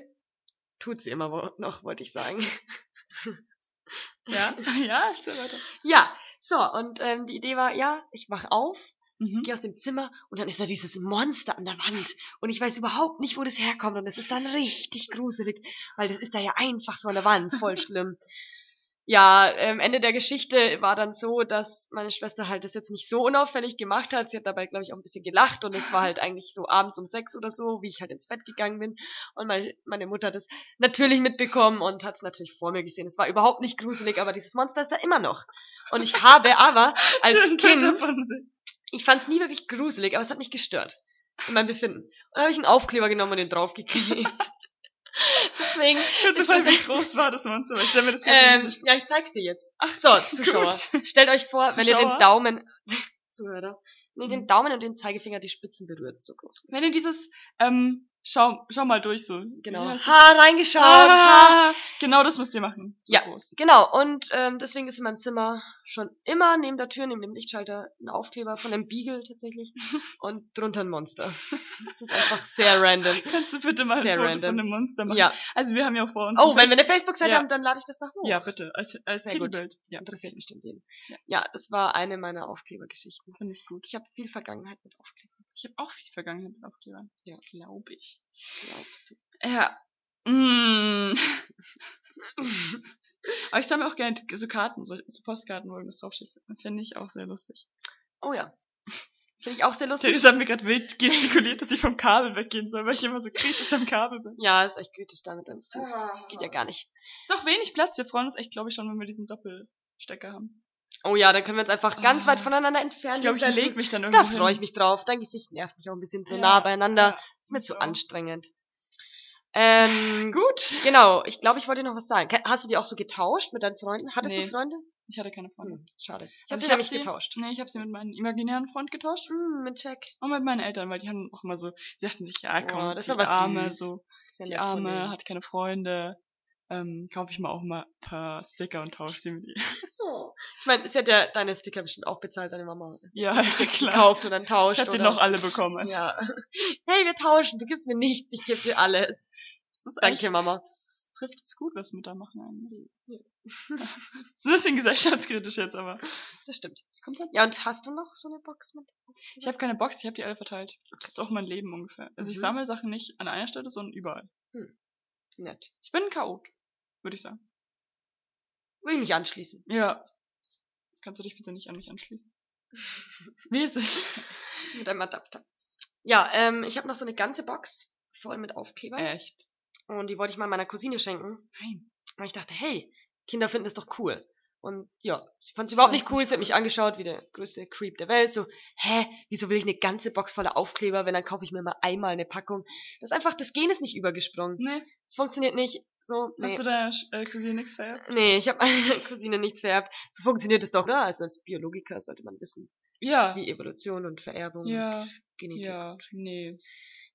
S2: tut sie immer wo noch, wollte ich sagen.
S1: Ja. Ja, erzähl weiter.
S2: Ja, so und ähm, die Idee war, ja, ich wach auf
S1: Mhm.
S2: gehe aus dem Zimmer und dann ist da dieses Monster an der Wand. Und ich weiß überhaupt nicht, wo das herkommt. Und es ist dann richtig gruselig, weil das ist da ja einfach so an der Wand. Voll schlimm. Ja, ähm, Ende der Geschichte war dann so, dass meine Schwester halt das jetzt nicht so unauffällig gemacht hat. Sie hat dabei, glaube ich, auch ein bisschen gelacht und es war halt eigentlich so abends um sechs oder so, wie ich halt ins Bett gegangen bin. Und meine, meine Mutter hat es natürlich mitbekommen und hat es natürlich vor mir gesehen. Es war überhaupt nicht gruselig, aber dieses Monster ist da immer noch. Und ich habe aber als
S1: Schön Bilder
S2: Kind
S1: von sich.
S2: Ich fand es nie wirklich gruselig, aber es hat mich gestört. In meinem Befinden. Und dann habe ich einen Aufkleber genommen und den draufgeklebt. Deswegen.
S1: Kannst du
S2: ist
S1: sagen,
S2: es-
S1: halt, wie groß war das Monster? Weil Ich stelle mir das ganz
S2: Ähm,
S1: witzig
S2: ja, ich zeig's dir jetzt. Ach so, Zuschauer. Stellt euch vor, wenn ihr den
S1: Zuschauer?
S2: Daumen, Zuhörer, wenn ihr
S1: Mhm.
S2: den Daumen und den Zeigefinger die Spitzen berührt, so groß.
S1: Wenn ihr dieses, ähm, schau, schau mal durch so.
S2: Genau.
S1: Wie heißt das?
S2: Haar reingeschaut, Haar.
S1: Ah, genau das müsst ihr machen. So
S2: Ja.
S1: groß.
S2: Genau, und ähm, deswegen ist in meinem Zimmer schon immer neben der Tür, neben dem Lichtschalter, ein Aufkleber von einem Beagle tatsächlich und drunter ein Monster. Das ist einfach sehr random.
S1: Kannst du bitte mal
S2: Sehr
S1: ein Foto
S2: random.
S1: von einem Monster machen?
S2: Ja.
S1: Also wir haben ja vor uns.
S2: Oh,
S1: ein
S2: wenn wir eine Facebook-Seite
S1: Ja.
S2: haben, dann lade ich das nach hoch.
S1: Ja, bitte. Als, als
S2: Sehr gut.
S1: Titelbild. Ja,
S2: Interessiert bestimmt jeden.
S1: Ja.
S2: Ja. das war eine meiner Aufklebergeschichten.
S1: finde ich gut.
S2: Ich habe viel Vergangenheit mit Aufklebern,
S1: Ich habe auch viel Vergangenheit mit Aufklebern.
S2: Ja.
S1: Glaube ich.
S2: glaubst du?
S1: Ja. Mm. Aber ich sammle auch gerne so Karten, so, so Postkarten, wo irgendwas draufsteht. Finde ich auch sehr lustig.
S2: Oh ja. Finde ich auch sehr lustig.
S1: Theresa hat mir gerade wild gestikuliert, dass ich vom Kabel weggehen soll, weil ich immer so kritisch am Kabel bin.
S2: Ja, ist echt kritisch da mit deinem Fuß. Geht ja gar nicht.
S1: Ist auch wenig Platz. Wir freuen uns echt, glaube ich, schon, wenn wir diesen Doppelstecker haben.
S2: Oh ja, dann können wir uns einfach ganz
S1: Ah.
S2: weit voneinander entfernen.
S1: Ich glaube, ich
S2: hinsetzen.
S1: lege mich dann
S2: Da
S1: irgendwie.
S2: freue ich mich drauf. Dein Gesicht nervt mich auch ein bisschen so
S1: Ja,
S2: nah beieinander.
S1: ja,
S2: ist mir
S1: mich
S2: zu
S1: auch.
S2: anstrengend. Ähm,
S1: Gut.
S2: genau. Ich glaube, ich wollte noch was sagen. Ke- Hast du die auch so getauscht mit deinen Freunden? Hattest
S1: Nee.
S2: du Freunde?
S1: Ich hatte keine Freunde.
S2: Hm, schade.
S1: Also
S2: Ich habe
S1: ich
S2: sie
S1: hab
S2: nämlich
S1: sie-
S2: getauscht.
S1: Nee, ich habe sie mit meinem imaginären Freund getauscht
S2: Hm, mit Jack.
S1: und mit meinen Eltern, weil die haben auch immer so, sie dachten sich, ja,
S2: Oh,
S1: komm,
S2: das ist
S1: die
S2: aber
S1: Arme,
S2: süß.
S1: so,
S2: Sehr
S1: die
S2: nett von
S1: Arme,
S2: denen.
S1: hat keine Freunde, ähm, kaufe ich mal auch mal ein paar Sticker und tausche sie mit ihr.
S2: Oh. Ich meine, sie hat ja deine Sticker bestimmt auch bezahlt, deine Mama. Also
S1: Ja,
S2: sie hat sie
S1: klar.
S2: Gekauft und dann
S1: Ich
S2: tauscht.
S1: habe
S2: oder?
S1: die noch alle bekommen. Also,
S2: Ja. Hey, wir tauschen. Du gibst mir nichts, ich gebe dir alles.
S1: das ist
S2: Danke,
S1: eigentlich-
S2: Mama.
S1: Das trifft es gut, was Mütter machen eigentlich.
S2: Ja.
S1: Das ist ein bisschen gesellschaftskritisch jetzt, aber
S2: Das stimmt.
S1: das kommt halt.
S2: Ja, und hast du noch so eine Box mit?
S1: Ich habe keine Box, ich habe die alle verteilt. Das ist auch mein Leben ungefähr. Also ich
S2: Mhm.
S1: sammle Sachen nicht an einer Stelle, sondern überall.
S2: Nett.
S1: Ich bin ein Chaot, würde ich sagen.
S2: Will ich mich anschließen.
S1: Ja. Kannst du dich bitte nicht an mich anschließen? Wie ist es?
S2: mit einem Adapter. Ja, ähm, ich habe noch so eine ganze Box voll mit Aufklebern.
S1: Echt?
S2: Und die wollte ich mal meiner Cousine schenken.
S1: Nein.
S2: Und ich dachte, hey, Kinder finden das doch cool. Und ja, sie fand es überhaupt
S1: Fand's
S2: nicht cool.
S1: nicht
S2: Sie hat mich angeschaut wie der größte Creep der Welt. So, hä, wieso will ich eine ganze Box voller Aufkleber, wenn dann kaufe ich mir mal einmal eine Packung? Das ist einfach, das Gen ist nicht übergesprungen.
S1: Nee,
S2: Es funktioniert nicht. So, nee.
S1: Hm. hast du deiner Sch- äh, Cousine nichts vererbt?
S2: Nee, ich habe meiner Cousine nichts vererbt. So funktioniert es doch, ne? Also als Biologiker sollte man wissen,
S1: Ja.
S2: wie Evolution und Vererbung
S1: Ja.
S2: und Genetik.
S1: Ja, nee.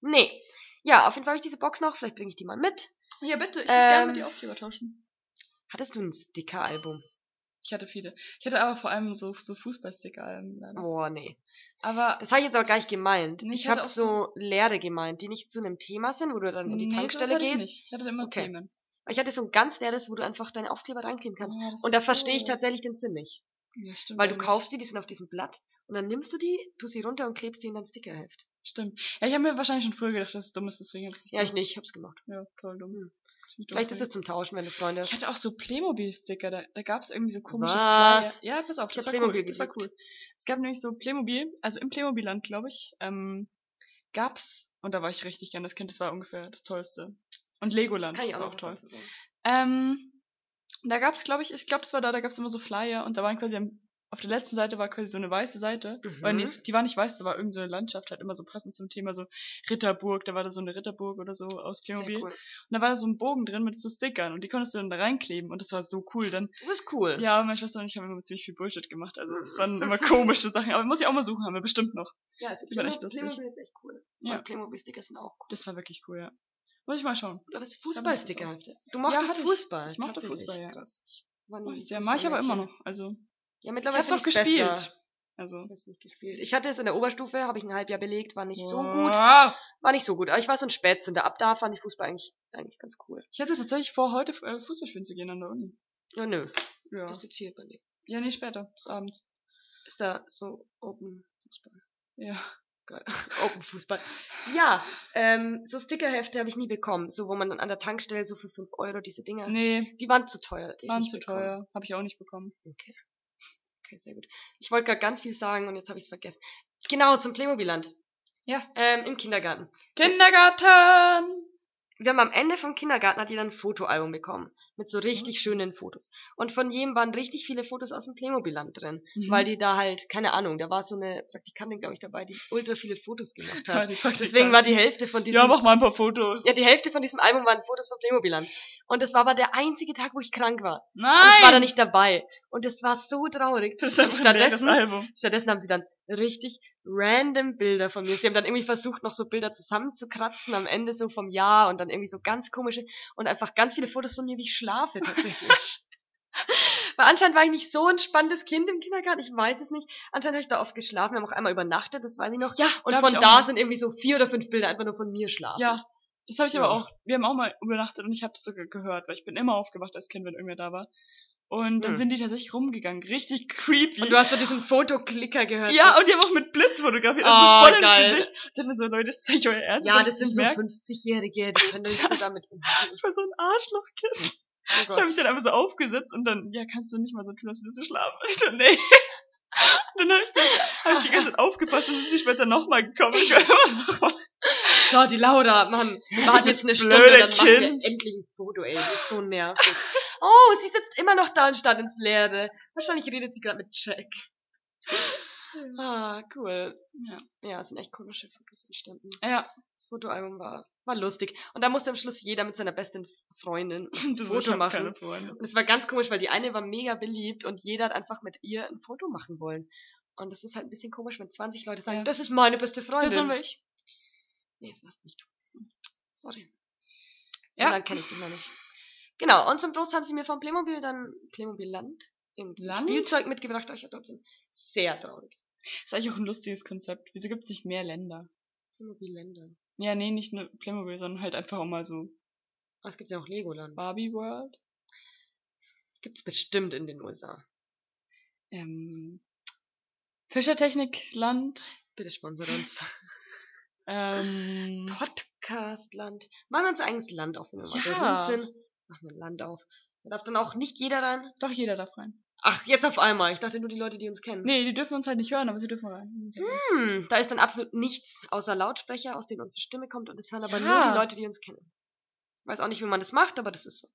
S2: Nee. Ja, auf jeden Fall habe ich diese Box noch. Vielleicht bringe ich die mal mit.
S1: Ja, bitte, ich würde
S2: Ähm.
S1: gerne mit dir Aufkleber tauschen.
S2: Hattest du ein Sticker-Album?
S1: Ich hatte viele. Ich hatte aber vor allem so, so Fußballsticker-Alben. leider.
S2: Oh, nee.
S1: Aber
S2: Das habe ich jetzt aber gar nicht gemeint.
S1: Nee, ich
S2: ich
S1: hatte
S2: habe
S1: auch
S2: so Leere gemeint, die nicht zu einem Thema sind, wo du dann in die
S1: Nee,
S2: Tankstelle
S1: sowas hatte
S2: gehst.
S1: Ich, nicht. ich hatte immer
S2: Okay.
S1: Themen.
S2: Aber Ich hatte so ein ganz leeres, wo du einfach deine Aufkleber reinkleben kannst.
S1: Ah, das
S2: Und
S1: ist
S2: da verstehe ich
S1: cool.
S2: tatsächlich den Sinn nicht.
S1: Ja, stimmt,
S2: Weil du
S1: eigentlich.
S2: kaufst die, die sind auf diesem Blatt. Und dann nimmst du die, tust sie runter und klebst die in dein Stickerheft.
S1: Stimmt. Ja, ich habe mir wahrscheinlich schon früher gedacht, dass es dumm ist, deswegen habe ich es nicht
S2: Ja, ich
S1: gemacht.
S2: nicht, ich hab's gemacht.
S1: Ja, voll dumm.
S2: Hm.
S1: Ist nicht doof
S2: Vielleicht ist es
S1: gewesen.
S2: zum Tauschen, wenn du Freunde
S1: Ich hatte auch so Playmobil-Sticker, da, da gab es irgendwie so komische
S2: Was?
S1: Flyer. Ja, pass auf,
S2: Ich
S1: das war
S2: hab Playmobil
S1: cool. Das war cool.
S2: geliebt.
S1: Es gab nämlich so Playmobil, also im Playmobil-Land, glaube ich, ähm, gab's, und da war ich richtig gern das Kind, das war ungefähr das Tollste. Und Legoland
S2: Kann ich auch
S1: war
S2: noch was
S1: toll.
S2: dazu sagen.
S1: Ähm, da gab's, glaube ich, ich glaube, das war da, da gab's immer so Flyer und da waren quasi am, auf der letzten Seite war quasi so eine weiße Seite.
S2: Mhm.
S1: Oder nee, die war nicht weiß, da war irgend so eine Landschaft, halt immer so passend zum Thema so Ritterburg, da war da so eine Ritterburg oder so aus
S2: Sehr
S1: Playmobil.
S2: cool.
S1: Und da war da so ein Bogen drin mit so Stickern und die konntest du dann da reinkleben und das war so cool. Dann,
S2: Das ist cool.
S1: ja, meine Schwester und ich haben immer ziemlich viel Bullshit gemacht, also es waren immer komische Sachen, aber muss ich auch mal suchen, haben wir bestimmt noch.
S2: Ja, also
S1: Die waren
S2: Playmo-
S1: echt lustig.
S2: Playmobil ist echt cool.
S1: Ja.
S2: Und Playmobil-Sticker sind auch cool.
S1: Das war wirklich cool, ja. Muss ich mal schauen.
S2: Oder das
S1: damals so.
S2: Fußballsticker hatte. Du mochtest
S1: hatte ich.
S2: Fußball.
S1: Ich mochte
S2: tatsächlich.
S1: Fußball, ja.
S2: Krass. Ich war nie
S1: Ja, mach ich aber immer
S2: Fußballmädchen.
S1: noch. Also,
S2: Ja,
S1: ich
S2: mittlerweile
S1: hab's
S2: finde
S1: auch
S2: ich's
S1: gespielt.
S2: Besser. Ich
S1: Also.
S2: hab's nicht gespielt. Ich hatte es in der Oberstufe, habe ich ein halb Jahr belegt, war nicht so gut.
S1: Wow.
S2: War nicht so gut, aber ich war so ein Spätzünder. Ab da fand ich Fußball eigentlich, eigentlich ganz cool.
S1: Ich hatte tatsächlich vor, heute äh, Fußball spielen zu gehen an der Uni.
S2: Ja, nö.
S1: Ja.
S2: Bist du chill bei mir?
S1: Ja, nee, später, bis abends.
S2: Ist da so Open Fußball?
S1: Ja.
S2: Open Fußball. Ja, ähm, so Stickerhefte habe ich nie bekommen. So, wo man dann an der Tankstelle so für 5 Euro diese Dinger.
S1: Nee,
S2: Die waren zu teuer. Die hab ich
S1: waren
S2: nicht
S1: zu
S2: bekommen.
S1: teuer. Habe ich auch nicht bekommen.
S2: Okay. Okay, sehr gut. Ich wollte gerade ganz viel sagen und jetzt habe ich es vergessen. Genau, zum Playmobil-Land.
S1: Ja.
S2: Ähm, Im Kindergarten.
S1: Kindergarten!
S2: wir haben am Ende vom Kindergarten hat jeder ein Fotoalbum bekommen. Mit
S1: Mhm.
S2: so richtig schönen Fotos. Und von jedem waren richtig viele Fotos aus dem Playmobil-Land drin.
S1: Mhm.
S2: Weil die da halt, keine Ahnung, da war so eine Praktikantin, glaube ich, dabei, die ultra viele Fotos gemacht
S1: Ja,
S2: hat.
S1: die Praktikanten.
S2: Deswegen war die Hälfte von diesem,
S1: Ja, mach mal ein paar Fotos.
S2: ja, die Hälfte von diesem Album waren Fotos von Playmobil-Land. Und das war aber der einzige Tag, wo ich krank war. Und
S1: Nein!
S2: ich war da nicht dabei. Und das war so traurig.
S1: Das ist einfach ein leeres
S2: Stattdessen
S1: Album.
S2: Stattdessen haben sie dann richtig random Bilder von mir. Sie haben dann irgendwie versucht, noch so Bilder zusammenzukratzen am Ende so vom Jahr und dann irgendwie so ganz komische und einfach ganz viele Fotos von mir, wie ich schlafe tatsächlich. Weil anscheinend war ich nicht so ein spannendes Kind im Kindergarten, ich weiß es nicht. Anscheinend habe ich da oft geschlafen, wir haben auch einmal übernachtet, das weiß ich noch.
S1: Ja,
S2: Und
S1: da hab
S2: von
S1: ich auch
S2: da
S1: mal-
S2: sind irgendwie so vier oder fünf Bilder einfach nur von mir schlafen.
S1: Ja, das habe ich aber
S2: Ja.
S1: auch. Wir haben auch mal übernachtet und ich habe es sogar gehört, weil ich bin immer aufgewacht als Kind, wenn irgendwer da war. Und dann
S2: Hm.
S1: sind die tatsächlich rumgegangen. Richtig creepy.
S2: Und du hast so diesen Fotoklicker gehört.
S1: ja, und die haben auch mit Blitz fotografiert.
S2: Oh,
S1: Also voll
S2: geil.
S1: ins Gesicht. Ich dachte mir so, Leute, das ist nicht euer Ernst.
S2: so, ja, das sind so
S1: merkt,
S2: 50-Jährige, die können nicht so damit umgehen.
S1: Ich war so ein Arschlochkind.
S2: Oh
S1: Ich habe
S2: Gott.
S1: mich dann einfach so aufgesetzt und dann, ja, kannst du nicht mal so tun, als würdest du schlafen. Ich so, nee. Dann habe ich, dann- hab ich die ganze Zeit aufgepasst und sind sie später nochmal gekommen. Ich war immer noch
S2: So, die Laura, Mann, wir warten jetzt eine
S1: Dieses
S2: Stunde,
S1: blöde
S2: dann machen wir
S1: Kind.
S2: endlich ein Foto, ey. Das ist so nervig. Oh, sie sitzt immer noch da und starrt ins Leere. Wahrscheinlich redet sie gerade mit Jack. Ah, cool.
S1: Ja.
S2: Ja, es sind echt komische Fotos entstanden.
S1: Ja,
S2: Das Fotoalbum war, war lustig. Und da musste am Schluss jeder mit seiner besten Freundin.
S1: das
S2: Foto
S1: ist, ich hab
S2: machen.
S1: keine Freunde.
S2: Und es war ganz komisch, weil die eine war mega beliebt und jeder hat einfach mit ihr ein Foto machen wollen. Und das ist halt ein bisschen komisch, wenn 20 Leute sagen,
S1: Ja.
S2: das ist meine beste Freundin.
S1: Das haben wir ich.
S2: Nee, das war's nicht. Sorry. So
S1: Ja.
S2: lange kenne ich dich noch nicht. Genau, und zum Trost haben sie mir vom Playmobil dann Playmobil Land, irgendwie
S1: Land?
S2: Spielzeug mitgebracht, aber ich war trotzdem sehr traurig.
S1: Das ist eigentlich auch ein lustiges Konzept. Wieso gibt es nicht mehr Länder?
S2: Playmobil Länder.
S1: Ja, nee, nicht nur Playmobil, sondern halt einfach auch mal so
S2: Ah, es gibt ja auch Legoland.
S1: Barbie World.
S2: Gibt's bestimmt in den USA.
S1: Ähm, Fischertechnikland.
S2: Bitte sponsor uns.
S1: Ähm,
S2: Podcastland. Machen wir uns ein eigenes Land auf, wenn wir mal
S1: Ja.
S2: berühmt sind. Machen wir ein Land auf. Da darf dann auch nicht jeder rein.
S1: doch, jeder darf rein.
S2: Ach, jetzt auf einmal. Ich dachte nur die Leute, die uns kennen.
S1: Nee, die dürfen uns halt nicht hören, aber sie dürfen rein.
S2: Hm, da ist dann absolut nichts außer Lautsprecher, aus denen unsere Stimme kommt und es hören aber nur
S1: Ja.
S2: die Leute, die uns kennen. Weiß auch nicht, wie man das macht, aber das ist so.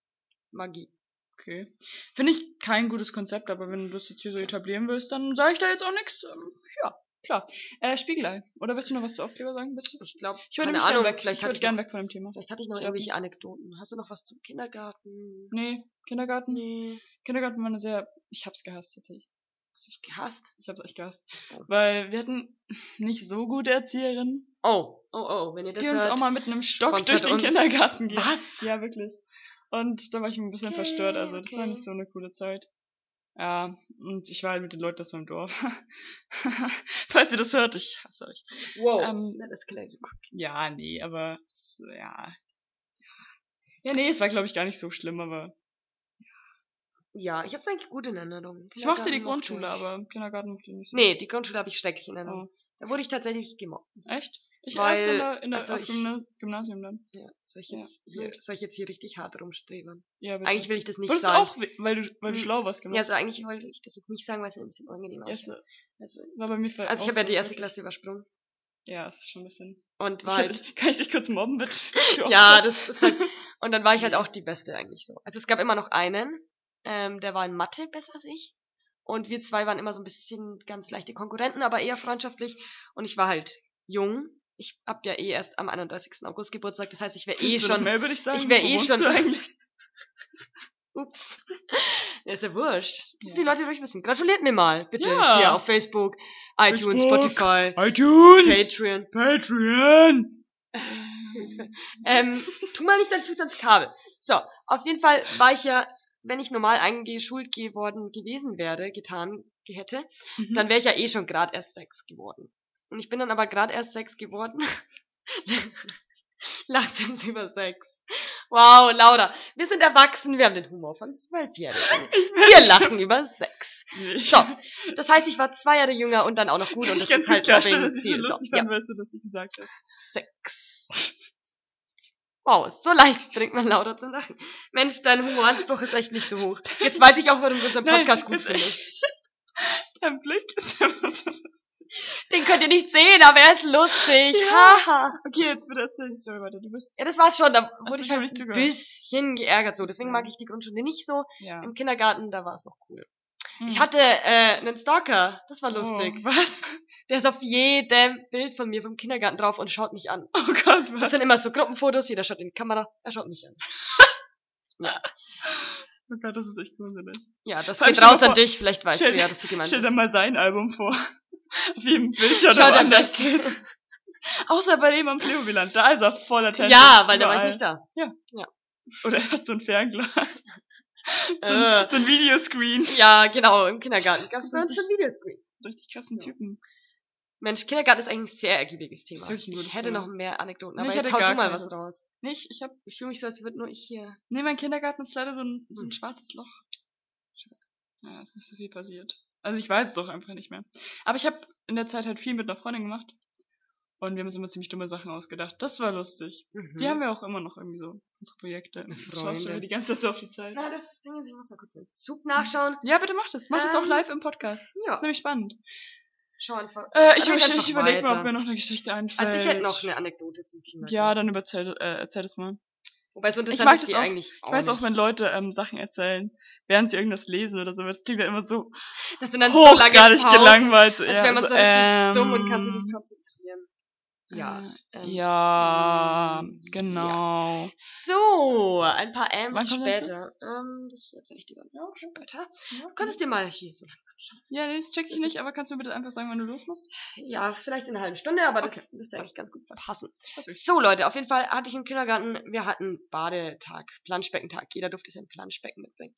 S2: Magie.
S1: Okay. Finde ich kein gutes Konzept, aber wenn du das jetzt hier so etablieren willst, dann sage ich da jetzt auch nichts. Ähm, ja, klar. Äh, Spiegelei. Oder willst du noch was zu Aufkleber sagen? Bist du?
S2: Ich glaube,
S1: Ich würde
S2: keine
S1: mich gerne
S2: Ahnung,
S1: weg.
S2: vielleicht,
S1: ich
S2: hatte
S1: würde
S2: ich noch,
S1: gerne weg von dem Thema.
S2: vielleicht hatte ich noch
S1: Ich glaub
S2: irgendwelche Anekdoten. Hast du noch was zum Kindergarten?
S1: Nee, Kindergarten.
S2: Nee.
S1: Kindergarten war eine sehr. Ich hab's gehasst tatsächlich.
S2: Hast du dich gehasst?
S1: Ich hab's echt gehasst.
S2: Oh.
S1: Weil wir hatten nicht so gute Erzieherinnen,
S2: Oh, oh, oh, wenn ihr das
S1: die uns
S2: hört.
S1: auch mal mit einem Stock durch
S2: sponsert
S1: den
S2: uns.
S1: Kindergarten gehen.
S2: was?
S1: Ja, wirklich. Und da war ich ein bisschen
S2: Okay,
S1: verstört, also das war
S2: okay.
S1: nicht so eine coole Zeit. Ja, und ich war halt mit den Leuten aus meinem Dorf. Falls ihr das hört, ich hasse euch.
S2: Wow.
S1: Ähm,
S2: That escalated quick.
S1: Ja, nee, aber es- ja. Ja, nee, es war glaube ich gar nicht so schlimm, aber
S2: Ja, ich hab's eigentlich gut in Erinnerung.
S1: ich mochte die
S2: Kindergarten
S1: Grundschule,
S2: ich.
S1: aber Kindergarten mochte ich nicht so.
S2: Nee, genau. die Grundschule habe ich schrecklich in Erinnerung. Da wurde ich tatsächlich gemobbt.
S1: Echt? Ich
S2: Weil-
S1: erst in der, in der
S2: also
S1: auf
S2: ich-
S1: Gymna- Gymnasium dann.
S2: Ja, soll ich
S1: Ja,
S2: jetzt, hier, soll ich jetzt hier richtig hart rumstreben?
S1: Ja, bitte.
S2: Eigentlich will ich das nicht
S1: Wurdest du
S2: sagen.
S1: auch, we- weil du, weil du
S2: Hm.
S1: schlau warst, genau.
S2: ja,
S1: gemacht.
S2: also eigentlich wollte ich das jetzt nicht sagen, weil es mir ein bisschen unangenehm
S1: Ja, es
S2: ist. Also,
S1: war bei mir vielleicht
S2: also ich
S1: auch
S2: habe ja
S1: so,
S2: die erste
S1: wirklich.
S2: Klasse übersprungen
S1: Ja, es ist schon ein bisschen.
S2: und
S1: Ich
S2: war halt,
S1: hätte- kann ich dich kurz mobben, bitte? Du
S2: ja,
S1: Opfer.
S2: das ist halt, und dann war ich halt auch die Beste eigentlich so. Also es gab immer noch einen, ähm, der war in Mathe besser als ich und wir zwei waren immer so ein bisschen ganz leichte Konkurrenten, aber eher freundschaftlich und ich war halt jung. Ich hab ja eh erst am 31. August Geburtstag, das heißt, ich wäre eh
S1: Willst du noch
S2: schon
S1: Mehr, würde ich sagen.
S2: ich wär
S1: Wo
S2: eh
S1: wohnst
S2: schon-
S1: Du eigentlich?
S2: Ups. Ja, ist ja wurscht.
S1: Ja.
S2: Die Leute ruhig wissen. Gratuliert mir mal, bitte.
S1: Ja.
S2: Hier auf Facebook, iTunes,
S1: Facebook.
S2: Spotify,
S1: iTunes!
S2: Patreon.
S1: Patreon!
S2: Ähm, tu mal nicht deinen Fuß ans Kabel. So, auf jeden Fall war ich ja, wenn ich normal eingeschult geworden gewesen wäre, getan hätte, dann wäre ich ja eh schon grad erst sechs geworden. Und ich bin dann aber grad erst sechs geworden. Lacht uns über sechs. Wow, Laura. Wir sind erwachsen, wir haben den Humor von Zwölfjährigen. Wir lachen über sechs. So, das heißt, ich war zwei Jahre jünger und dann auch noch gut und
S1: ich
S2: das
S1: kann es
S2: ist
S1: mir
S2: halt mein
S1: klarstellen, dass ich so
S2: Ziel. So,
S1: lustig
S2: ja,
S1: fand, weil du das nicht gesagt hast.
S2: sechs. Wow, so leicht bringt man Laura zum Lachen. Mensch, dein Humoranspruch ist echt nicht so hoch. Jetzt weiß ich auch, warum du unseren
S1: Nein,
S2: Podcast
S1: das
S2: gut
S1: ist
S2: findest.
S1: Dein Blick ist einfach so lustig.
S2: Den könnt ihr nicht sehen, aber er ist lustig.
S1: Ja.
S2: Haha.
S1: Okay, jetzt bitte erzähl die Story weiter. Du bist.
S2: Ja, das war's schon. Da
S1: Hast
S2: wurde
S1: du
S2: ich halt
S1: nicht
S2: ein
S1: zugehört?
S2: bisschen geärgert so. Deswegen
S1: Ja.
S2: mag ich die Grundschule nicht so.
S1: Ja.
S2: Im Kindergarten, da war es noch cool. Ich
S1: Hm.
S2: hatte äh, einen Stalker. Das war lustig.
S1: Oh, was?
S2: Der ist auf jedem Bild von mir vom Kindergarten drauf und schaut mich an.
S1: Oh Gott,
S2: Das
S1: was?
S2: sind immer so Gruppenfotos, jeder schaut in die Kamera, er schaut mich an.
S1: Oh Gott, das ist echt gruselig.
S2: Ja, das
S1: Vor allem
S2: geht
S1: stell dir
S2: raus
S1: vor-
S2: an dich, vielleicht weißt
S1: stell-
S2: du ja, dass du gemeint
S1: Stell
S2: bist.
S1: dir mal sein Album vor. Auf jedem Bild schaut
S2: Schaut
S1: er
S2: am
S1: anders.
S2: besten.
S1: Außer bei dem am Pleobiland. Da ist er voller Tänze.
S2: Ja, weil da war ich
S1: Überall.
S2: nicht da.
S1: Oder er hat so ein Fernglas. so,
S2: Äh.
S1: ein, so ein Videoscreen.
S2: Ja, genau, im Kindergarten gab es bei uns schon Videoscreen.
S1: Richtig krassen
S2: Ja.
S1: Typen.
S2: Mensch, Kindergarten ist eigentlich ein sehr ergiebiges Thema.
S1: Ist wirklich ein gutes
S2: Ich hätte
S1: Thema.
S2: noch mehr Anekdoten,
S1: Nee,
S2: aber
S1: ich
S2: jetzt
S1: hätte
S2: hau
S1: gar
S2: du mal
S1: keine.
S2: was raus.
S1: Nicht, ich hab.
S2: Ich fühle mich so, als würde nur ich hier...
S1: Nee, mein Kindergarten ist leider so ein, so ein
S2: Hm.
S1: schwarzes Loch. Ja, ist nicht so viel passiert. Also ich weiß es auch einfach nicht mehr. Aber ich habe in der Zeit halt viel mit einer Freundin gemacht. Und wir haben uns immer ziemlich dumme Sachen ausgedacht. Das war lustig. Die
S2: Mhm.
S1: haben wir auch immer noch irgendwie so, unsere Projekte.
S2: Eine
S1: Das schaust du
S2: Freundin.
S1: mir die ganze Zeit so auf die Zeit.
S2: Na, das Ding ist, ich muss mal kurz mit Zug nachschauen.
S1: Ja, bitte mach das. Mach das auch
S2: Ähm,
S1: live im Podcast.
S2: ja.
S1: Ja. Ist nämlich spannend.
S2: Schau einfach.
S1: Äh, ich
S2: Red
S1: ich,
S2: einfach
S1: ich überlege mal,
S2: weiter.
S1: ob mir noch eine Geschichte einfällt.
S2: Also ich hätte noch eine Anekdote zum Kindergarten.
S1: Ja, dann überzähl, äh, erzähl das mal.
S2: Wobei so
S1: mag
S2: interessant ist
S1: das
S2: die
S1: auch.
S2: eigentlich auch
S1: Ich weiß auch,
S2: nicht.
S1: wenn Leute ähm, Sachen erzählen, während sie irgendwas lesen oder so, aber das klingt ja immer so
S2: Das sind dann so lange
S1: hochgradig
S2: Pausen,
S1: gelangweilt.
S2: Als
S1: ja,
S2: wäre man so richtig
S1: ähm, äh,
S2: dumm und kann sich nicht konzentrieren. Ja.
S1: Ja,
S2: ähm,
S1: ja
S2: ähm,
S1: genau.
S2: So, ein paar
S1: Wann
S2: M's
S1: kommt der
S2: später. Ähm, das erzähle ich dir dann ja, später. Du kannst dir mal hier so lang anschauen.
S1: Ja, nee, das check ich
S2: Das
S1: nicht,
S2: ist-
S1: aber kannst du mir bitte einfach sagen, wann du los musst?
S2: Ja, vielleicht in einer halben Stunde, aber das müsste eigentlich
S1: Passt.
S2: ganz gut passen.
S1: Was will ich?
S2: So, Leute, auf jeden Fall hatte ich im Kindergarten, wir hatten Badetag, Planschbeckentag. Jeder durfte sein Planschbecken mitbringen.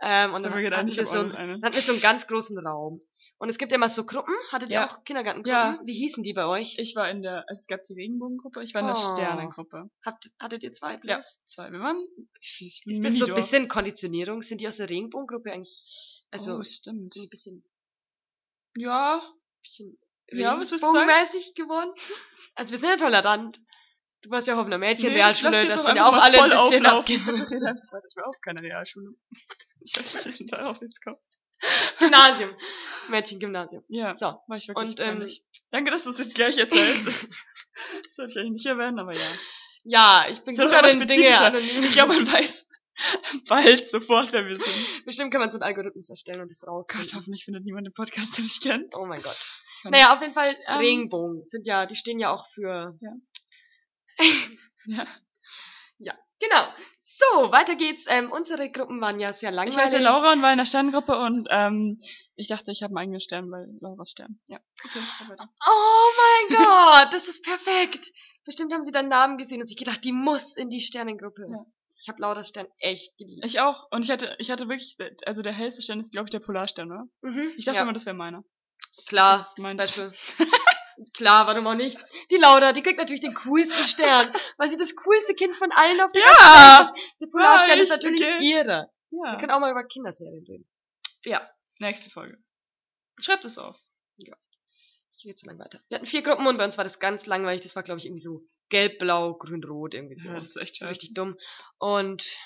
S2: Ähm, und
S1: Da
S2: dann
S1: geht
S2: hatten
S1: eigentlich
S2: wir so ein
S1: eine.
S2: Dann ist so einen ganz großen Raum. Und es gibt ja immer so Gruppen. Hattet ihr
S1: Ja.
S2: auch Kindergartengruppen?
S1: Ja.
S2: Wie hießen die bei euch?
S1: Ich war in der, also es gab die Regenbogengruppe, ich war in der
S2: Oh.
S1: Sternengruppe.
S2: Habt, hattet ihr zwei
S1: Ja,
S2: Platz?
S1: zwei. Wir waren, ich weiß,
S2: Ist das so ein bisschen Konditionierung? Sind die aus der Regenbogengruppe eigentlich? Also,
S1: Also, oh, stimmt.
S2: sind die ein bisschen,
S1: Ja,
S2: bisschen
S1: Ja, was würdest du
S2: regenbogenmäßig geworden? Also, wir sind ja tolerant. Du warst ja auch auf einer
S1: Nee,
S2: Mädchenrealschule,
S1: lass die jetzt
S2: das
S1: doch
S2: sind ja auch
S1: einfach mal
S2: alle ein
S1: voll
S2: bisschen
S1: auflaufen.
S2: abgehoben.
S1: Ich war auf halt keine Realschule. Ich weiß nicht, wie darauf jetzt kommt.
S2: Gymnasium. Mädchengymnasium.
S1: Ja,
S2: So.
S1: war ich wirklich
S2: Und, ähm,
S1: peinlich. Danke, dass du es jetzt gleich erzählst. das sollte ich eigentlich nicht erwähnen, aber ja.
S2: ja, ich bin
S1: Ist doch
S2: gut
S1: aber
S2: darin, Dinge
S1: spezifischer.
S2: anonym.
S1: Ich glaube, man weiß bald sofort, wer wir sind.
S2: Bestimmt kann man so einen Algorithmus erstellen und das
S1: Gott,
S2: rausfinden.
S1: hoffentlich findet niemand den Podcast, den ich kenne.
S2: Oh mein Gott.
S1: Kann
S2: Naja, auf jeden Fall
S1: Ähm,
S2: Regenbogen sind ja, die stehen ja auch für.
S1: Ja. Ja.
S2: Genau. So, weiter geht's. Ähm, unsere Gruppen waren ja sehr
S1: Ich
S2: langweilig.
S1: heiße Laura und war in der Sternengruppe und ähm, ich dachte, ich habe einen eigenen Stern, weil Laura's Stern. Ja. Okay, mach weiter.
S2: Oh mein Gott, das ist perfekt. Bestimmt haben sie deinen Namen gesehen und sich gedacht, die muss in die Sternengruppe.
S1: Ja.
S2: Ich habe Laura's Stern echt geliebt.
S1: ich auch. Und ich hatte, ich hatte wirklich, also der hellste Stern ist, glaube ich, der Polarstern, oder?
S2: Mhm.
S1: Ich dachte
S2: ja.
S1: immer, das wäre meiner.
S2: klar,
S1: das ist mein-
S2: Special. klar, warum auch nicht. Die Laura, die kriegt natürlich den coolsten Stern, weil sie das coolste Kind von allen auf der
S1: Ja!
S2: ganzen Welt ist. Der Polarstern ist
S1: Weiß,
S2: natürlich
S1: okay.
S2: ihre. Wir
S1: Ja.
S2: können auch mal über Kinderserien reden.
S1: Nächste Folge. Schreibt es auf.
S2: Ich rede so lange weiter. Wir hatten vier Gruppen und bei uns war das ganz langweilig. Das war, glaube ich, irgendwie so gelb, blau, grün, rot, irgendwie so.
S1: Ja, das ist echt
S2: so
S1: scheiße.
S2: richtig dumm. Und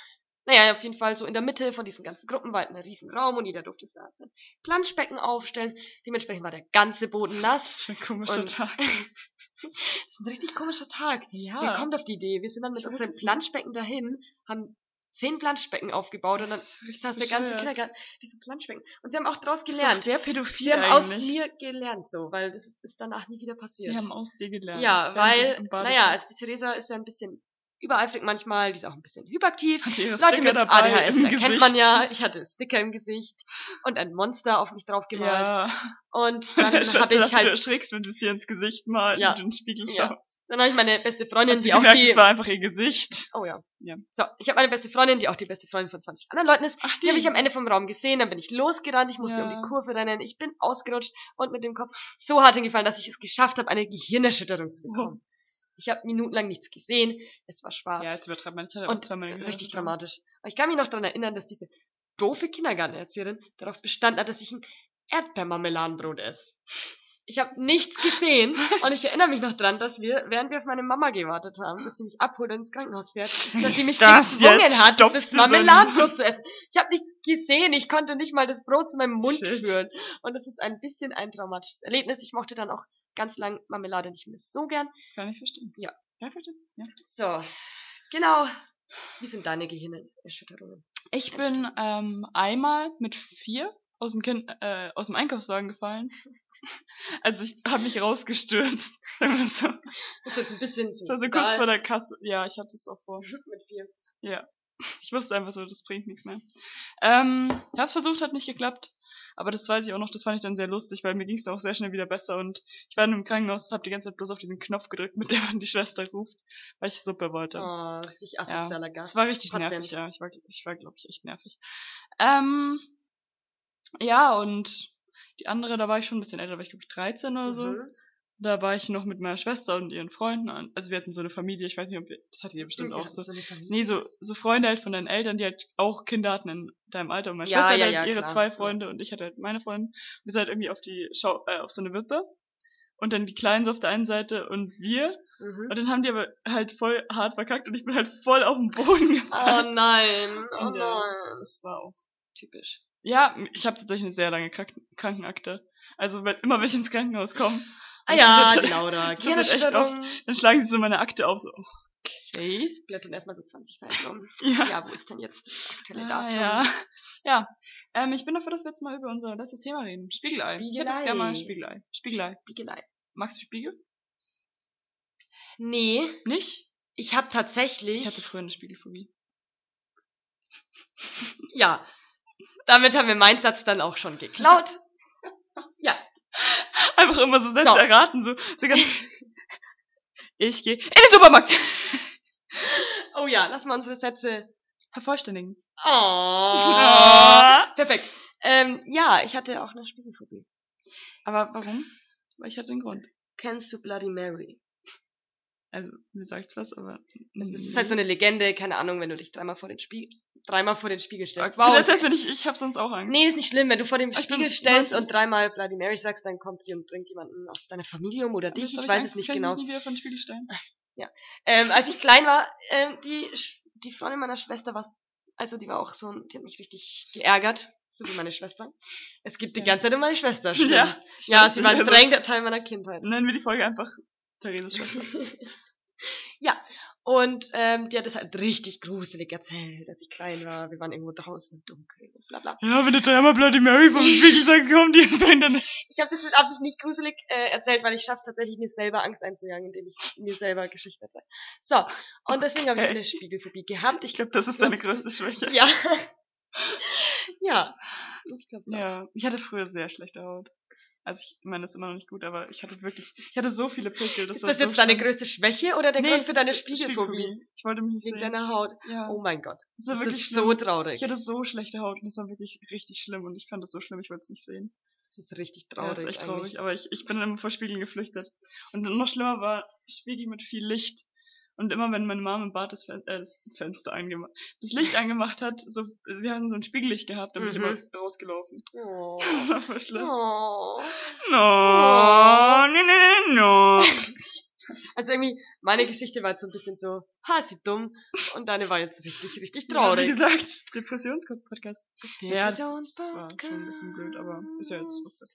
S2: naja, auf jeden Fall so in der Mitte von diesen ganzen Gruppen war halt ein riesen Raum und jeder durfte da sein Planschbecken aufstellen. Dementsprechend war der ganze Boden
S1: Das
S2: nass.
S1: ist ein komischer
S2: Und-
S1: Tag.
S2: Das ist ein richtig komischer Tag.
S1: Ja.
S2: Wer kommt auf die Idee? Wir sind dann mit
S1: Ah. Ich weiß
S2: unserem
S1: es
S2: Planschbecken dahin, haben zehn Planschbecken aufgebaut und dann
S1: das
S2: ist das der ganze Kindergarten, diese Planschbecken. Und sie haben auch draus
S1: gelernt.
S2: gelernt.
S1: Sehr pädophil
S2: Sie haben aus
S1: eigentlich.
S2: mir gelernt, so, weil das ist, ist danach nie wieder passiert.
S1: Sie haben aus dir gelernt.
S2: Ja,
S1: Während du
S2: weil,
S1: im Bad-
S2: naja, also die Theresa ist ja ein bisschen übereifrig manchmal, die ist auch ein bisschen hyperaktiv.
S1: Hat ihre
S2: Leute
S1: Sticker
S2: mit
S1: dabei
S2: ADHS
S1: im
S2: erkennt
S1: Gesicht.
S2: man ja. Ich hatte Sticker im Gesicht und ein Monster auf mich drauf gemalt.
S1: Ja.
S2: Und dann
S1: Scheiße,
S2: habe
S1: dass
S2: ich
S1: Du
S2: halt,
S1: erschrickst, wenn sie es dir ins Gesicht malen
S2: Ja.
S1: und in den Spiegel
S2: Ja.
S1: schaust.
S2: dann habe ich meine beste Freundin,
S1: Hat sie
S2: die auch
S1: gemerkt,
S2: die,
S1: es war einfach ihr Gesicht.
S2: oh ja.
S1: Ja.
S2: So, ich habe meine beste Freundin, die auch die beste Freundin von 20 anderen Leuten ist.
S1: Ach,
S2: Die habe ich am Ende vom Raum gesehen, dann bin ich losgerannt, ich musste um
S1: Hm. Ja.
S2: die Kurve rennen, ich bin ausgerutscht und mit dem Kopf so hart hingefallen, dass ich es geschafft habe, eine Gehirnerschütterung zu bekommen. Ich habe minutenlang nichts gesehen, es war schwarz.
S1: Oh. Ja, jetzt übertreibt man. Ich hatte auch
S2: Und
S1: zweimal den
S2: richtig
S1: Gedanken.
S2: dramatisch. Aber ich kann mich noch daran erinnern, dass diese doofe Kindergartenerzieherin darauf bestanden hat, dass ich ein Erdbeermarmeladenbrot esse. Ich habe nichts gesehen und ich erinnere mich noch dran, dass wir, während wir auf meine Mama gewartet haben, dass sie mich abholt und ins Krankenhaus fährt, dass sie
S1: Ist
S2: mich
S1: das
S2: gezwungen
S1: jetzt
S2: hat,
S1: Stoff
S2: das
S1: zu sein?
S2: Marmeladenbrot zu essen. Ich habe nichts gesehen, ich konnte nicht mal das Brot zu meinem Mund
S1: Shit.
S2: führen. Und das ist ein bisschen ein traumatisches Erlebnis. Ich mochte dann auch ganz lang Marmelade nicht mehr so gern.
S1: Kann ich verstehen.
S2: Ja.
S1: Kann ich verstehen? Ja.
S2: So, genau. Wie sind deine Gehirnerschütterungen?
S1: Ich bin ähm, einmal mit vier aus dem, kind, äh, aus dem Einkaufswagen gefallen. also ich habe mich rausgestürzt. Sagen wir so.
S2: Das ist jetzt ein bisschen so.
S1: Das war so kurz
S2: egal.
S1: vor der Kasse. Ja, ich hatte es auch vor.
S2: mit vier.
S1: Ich wusste einfach so, das bringt nichts mehr. Ähm, ich hab's versucht, hat nicht geklappt. Aber das weiß ich auch noch, das fand ich dann sehr lustig, weil mir ging's dann auch sehr schnell wieder besser und ich war dann im Krankenhaus, hab die ganze Zeit bloß auf diesen Knopf gedrückt, mit dem man die Schwester ruft, weil ich Suppe wollte.
S2: Oh, richtig
S1: ja.
S2: asozialer Gast.
S1: Das war richtig
S2: Patient.
S1: nervig, ja. Ich war, ich war glaube ich, echt nervig. Ähm, ja, und die andere, da war ich schon ein bisschen älter, da war ich, glaube ich, 13 oder so.
S2: Mhm.
S1: Da war ich noch mit meiner Schwester und ihren Freunden an. Also wir hatten so eine Familie, ich weiß nicht, ob ihr, das hattet ihr bestimmt
S2: Mhm, Wir
S1: auch
S2: hatten
S1: so.
S2: eine Familie.
S1: Nee, so, so Freunde halt von deinen Eltern, die halt auch Kinder hatten in deinem Alter. Und meine
S2: Ja,
S1: Schwester
S2: ja,
S1: hatte
S2: ja,
S1: halt ihre
S2: klar,
S1: zwei
S2: ja.
S1: Freunde und ich hatte halt meine Freunde. Wir sind halt irgendwie auf die Schau äh, auf so eine Wippe. Und dann die Kleinen so auf der einen Seite und wir.
S2: Mhm.
S1: Und dann haben die aber halt voll hart verkackt und ich bin halt voll auf den Boden
S2: Oh
S1: gefallen.
S2: nein, oh
S1: Ja.
S2: nein.
S1: Das war auch.
S2: Typisch.
S1: Ja, ich habe tatsächlich eine sehr lange Krank Krankenakte. Also wenn, immer wenn ich ins Krankenhaus komme,
S2: Ah
S1: Das
S2: ja,
S1: wird-
S2: die Laura.
S1: Also, das wird echt dann schlagen sie so meine Akte auf. So. Okay.
S2: Blättern erstmal so 20 Seiten um.
S1: Ja.
S2: Ja, wo ist denn jetzt das aktuelle
S1: Ah,
S2: Datum?
S1: ja. ja. Ähm, ich bin dafür, dass wir jetzt mal über unser letztes Thema reden. Spiegelei. Ich hätte das gerne mal
S2: Spiegelei.
S1: Spiegelei. Spiegelei.
S2: Spiegelei.
S1: Magst du Spiegel?
S2: Nee,
S1: Nicht?
S2: ich habe tatsächlich.
S1: Ich hatte früher eine Spiegelphobie.
S2: ja. Damit haben wir meinen Satz dann auch schon geklaut.
S1: Einfach immer so Sätze
S2: So.
S1: erraten, so, so ganz. ich gehe in den Supermarkt!
S2: Oh ja, lassen wir unsere Sätze.
S1: Vervollständigen.
S2: Oh.
S1: Ah.
S2: Perfekt. Ähm, ja, ich hatte auch eine Spiegelphobie.
S1: Aber warum? Weil ich hatte den Grund.
S2: Kennst du Bloody Mary?
S1: Also, mir sagt's was, aber. Mm.
S2: Das ist halt so eine Legende, keine Ahnung, wenn du dich dreimal vor den Spiegel, dreimal vor den Spiegel
S1: Okay.
S2: stellst.
S1: Wow.
S2: Wow,
S1: Das heißt, wenn ich, ich hab sonst auch Angst.
S2: Nee, ist nicht schlimm. Wenn du vor dem
S1: Ich
S2: Spiegel
S1: bin-
S2: stellst
S1: weiß
S2: und dreimal Bloody Mary sagst, dann kommt sie und bringt jemanden aus deiner Familie um oder
S1: Aber das
S2: dich. Ich
S1: hab
S2: weiß
S1: Angst,
S2: es nicht
S1: kann
S2: genau.
S1: Ich nie wieder vor den Spiegel stellen.
S2: Ähm, als ich klein war, ähm, die, Sch- die Freundin meiner Schwester war, also die war auch so, die hat mich richtig geärgert. So wie meine Schwester. Es gibt die
S1: Ja.
S2: ganze Zeit um meine Schwester. Stimmt.
S1: Ja,
S2: Ja,
S1: ich
S2: ja
S1: weiß
S2: sie
S1: nicht,
S2: war ein
S1: also- Ne.
S2: drängender Teil meiner Kindheit.
S1: Nennen wir die Folge einfach Thereses Schwester.
S2: ja, und ähm, die hat es halt richtig gruselig erzählt, als ich klein war. Wir waren irgendwo draußen im Dunkeln, bla bla.
S1: Ja, wenn du dreimal Bloody Mary vom Spiegel sagst, kommen die und bringen dann.
S2: Ich habe es jetzt mit Absicht nicht gruselig äh, erzählt, weil ich schaff's tatsächlich, mir selber Angst einzujagen, indem ich mir selber Geschichten erzähle. So, und deswegen habe ich
S1: Okay.
S2: eine Spiegelphobie gehabt.
S1: Ich
S2: Ich
S1: glaube, das ist deine größte Schwäche.
S2: ja. ja, ich glaube so.
S1: Ja, ich hatte früher sehr schlechte Haut. Also ich meine, das ist immer noch nicht gut, aber ich hatte wirklich, ich hatte so viele Pickel.
S2: Ist
S1: war
S2: das
S1: so
S2: jetzt deine
S1: schlimm.
S2: größte Schwäche oder der
S1: Nee,
S2: Grund für
S1: das
S2: deine
S1: ist
S2: Spiegelphobie?
S1: Ich wollte mich nicht
S2: Wegen
S1: sehen.
S2: deiner Haut.
S1: Ja,
S2: Oh mein Gott.
S1: das war
S2: Das
S1: wirklich
S2: ist
S1: schlimm.
S2: so traurig.
S1: ich hatte so schlechte Haut und das war wirklich richtig schlimm und ich fand das so schlimm, ich wollte es nicht sehen.
S2: Das ist richtig
S1: Traurig, ja,
S2: traurig.
S1: das ist echt traurig,
S2: eigentlich.
S1: aber ich, ich bin dann immer vor Spiegeln geflüchtet. Und noch schlimmer war Spiegel mit viel Licht. Und immer wenn meine Mama im Bad das, Fen äh, das Fenster angemacht, das Licht angemacht hat, so, wir hatten so ein Spiegellicht gehabt, da bin ich
S2: Mhm.
S1: immer rausgelaufen.
S2: Oh.
S1: Das war voll schlimm.
S2: Oh.
S1: No, nee, nee, nee, no.
S2: Also irgendwie, meine Geschichte war jetzt so ein bisschen so, ha, ist sie dumm. Und deine war jetzt richtig, richtig
S1: Wie
S2: traurig.
S1: gesagt, Depressionspodcast. Ja, das, das war
S2: Depressionspodcast.
S1: schon ein bisschen blöd, aber ist ja jetzt Oh was besser.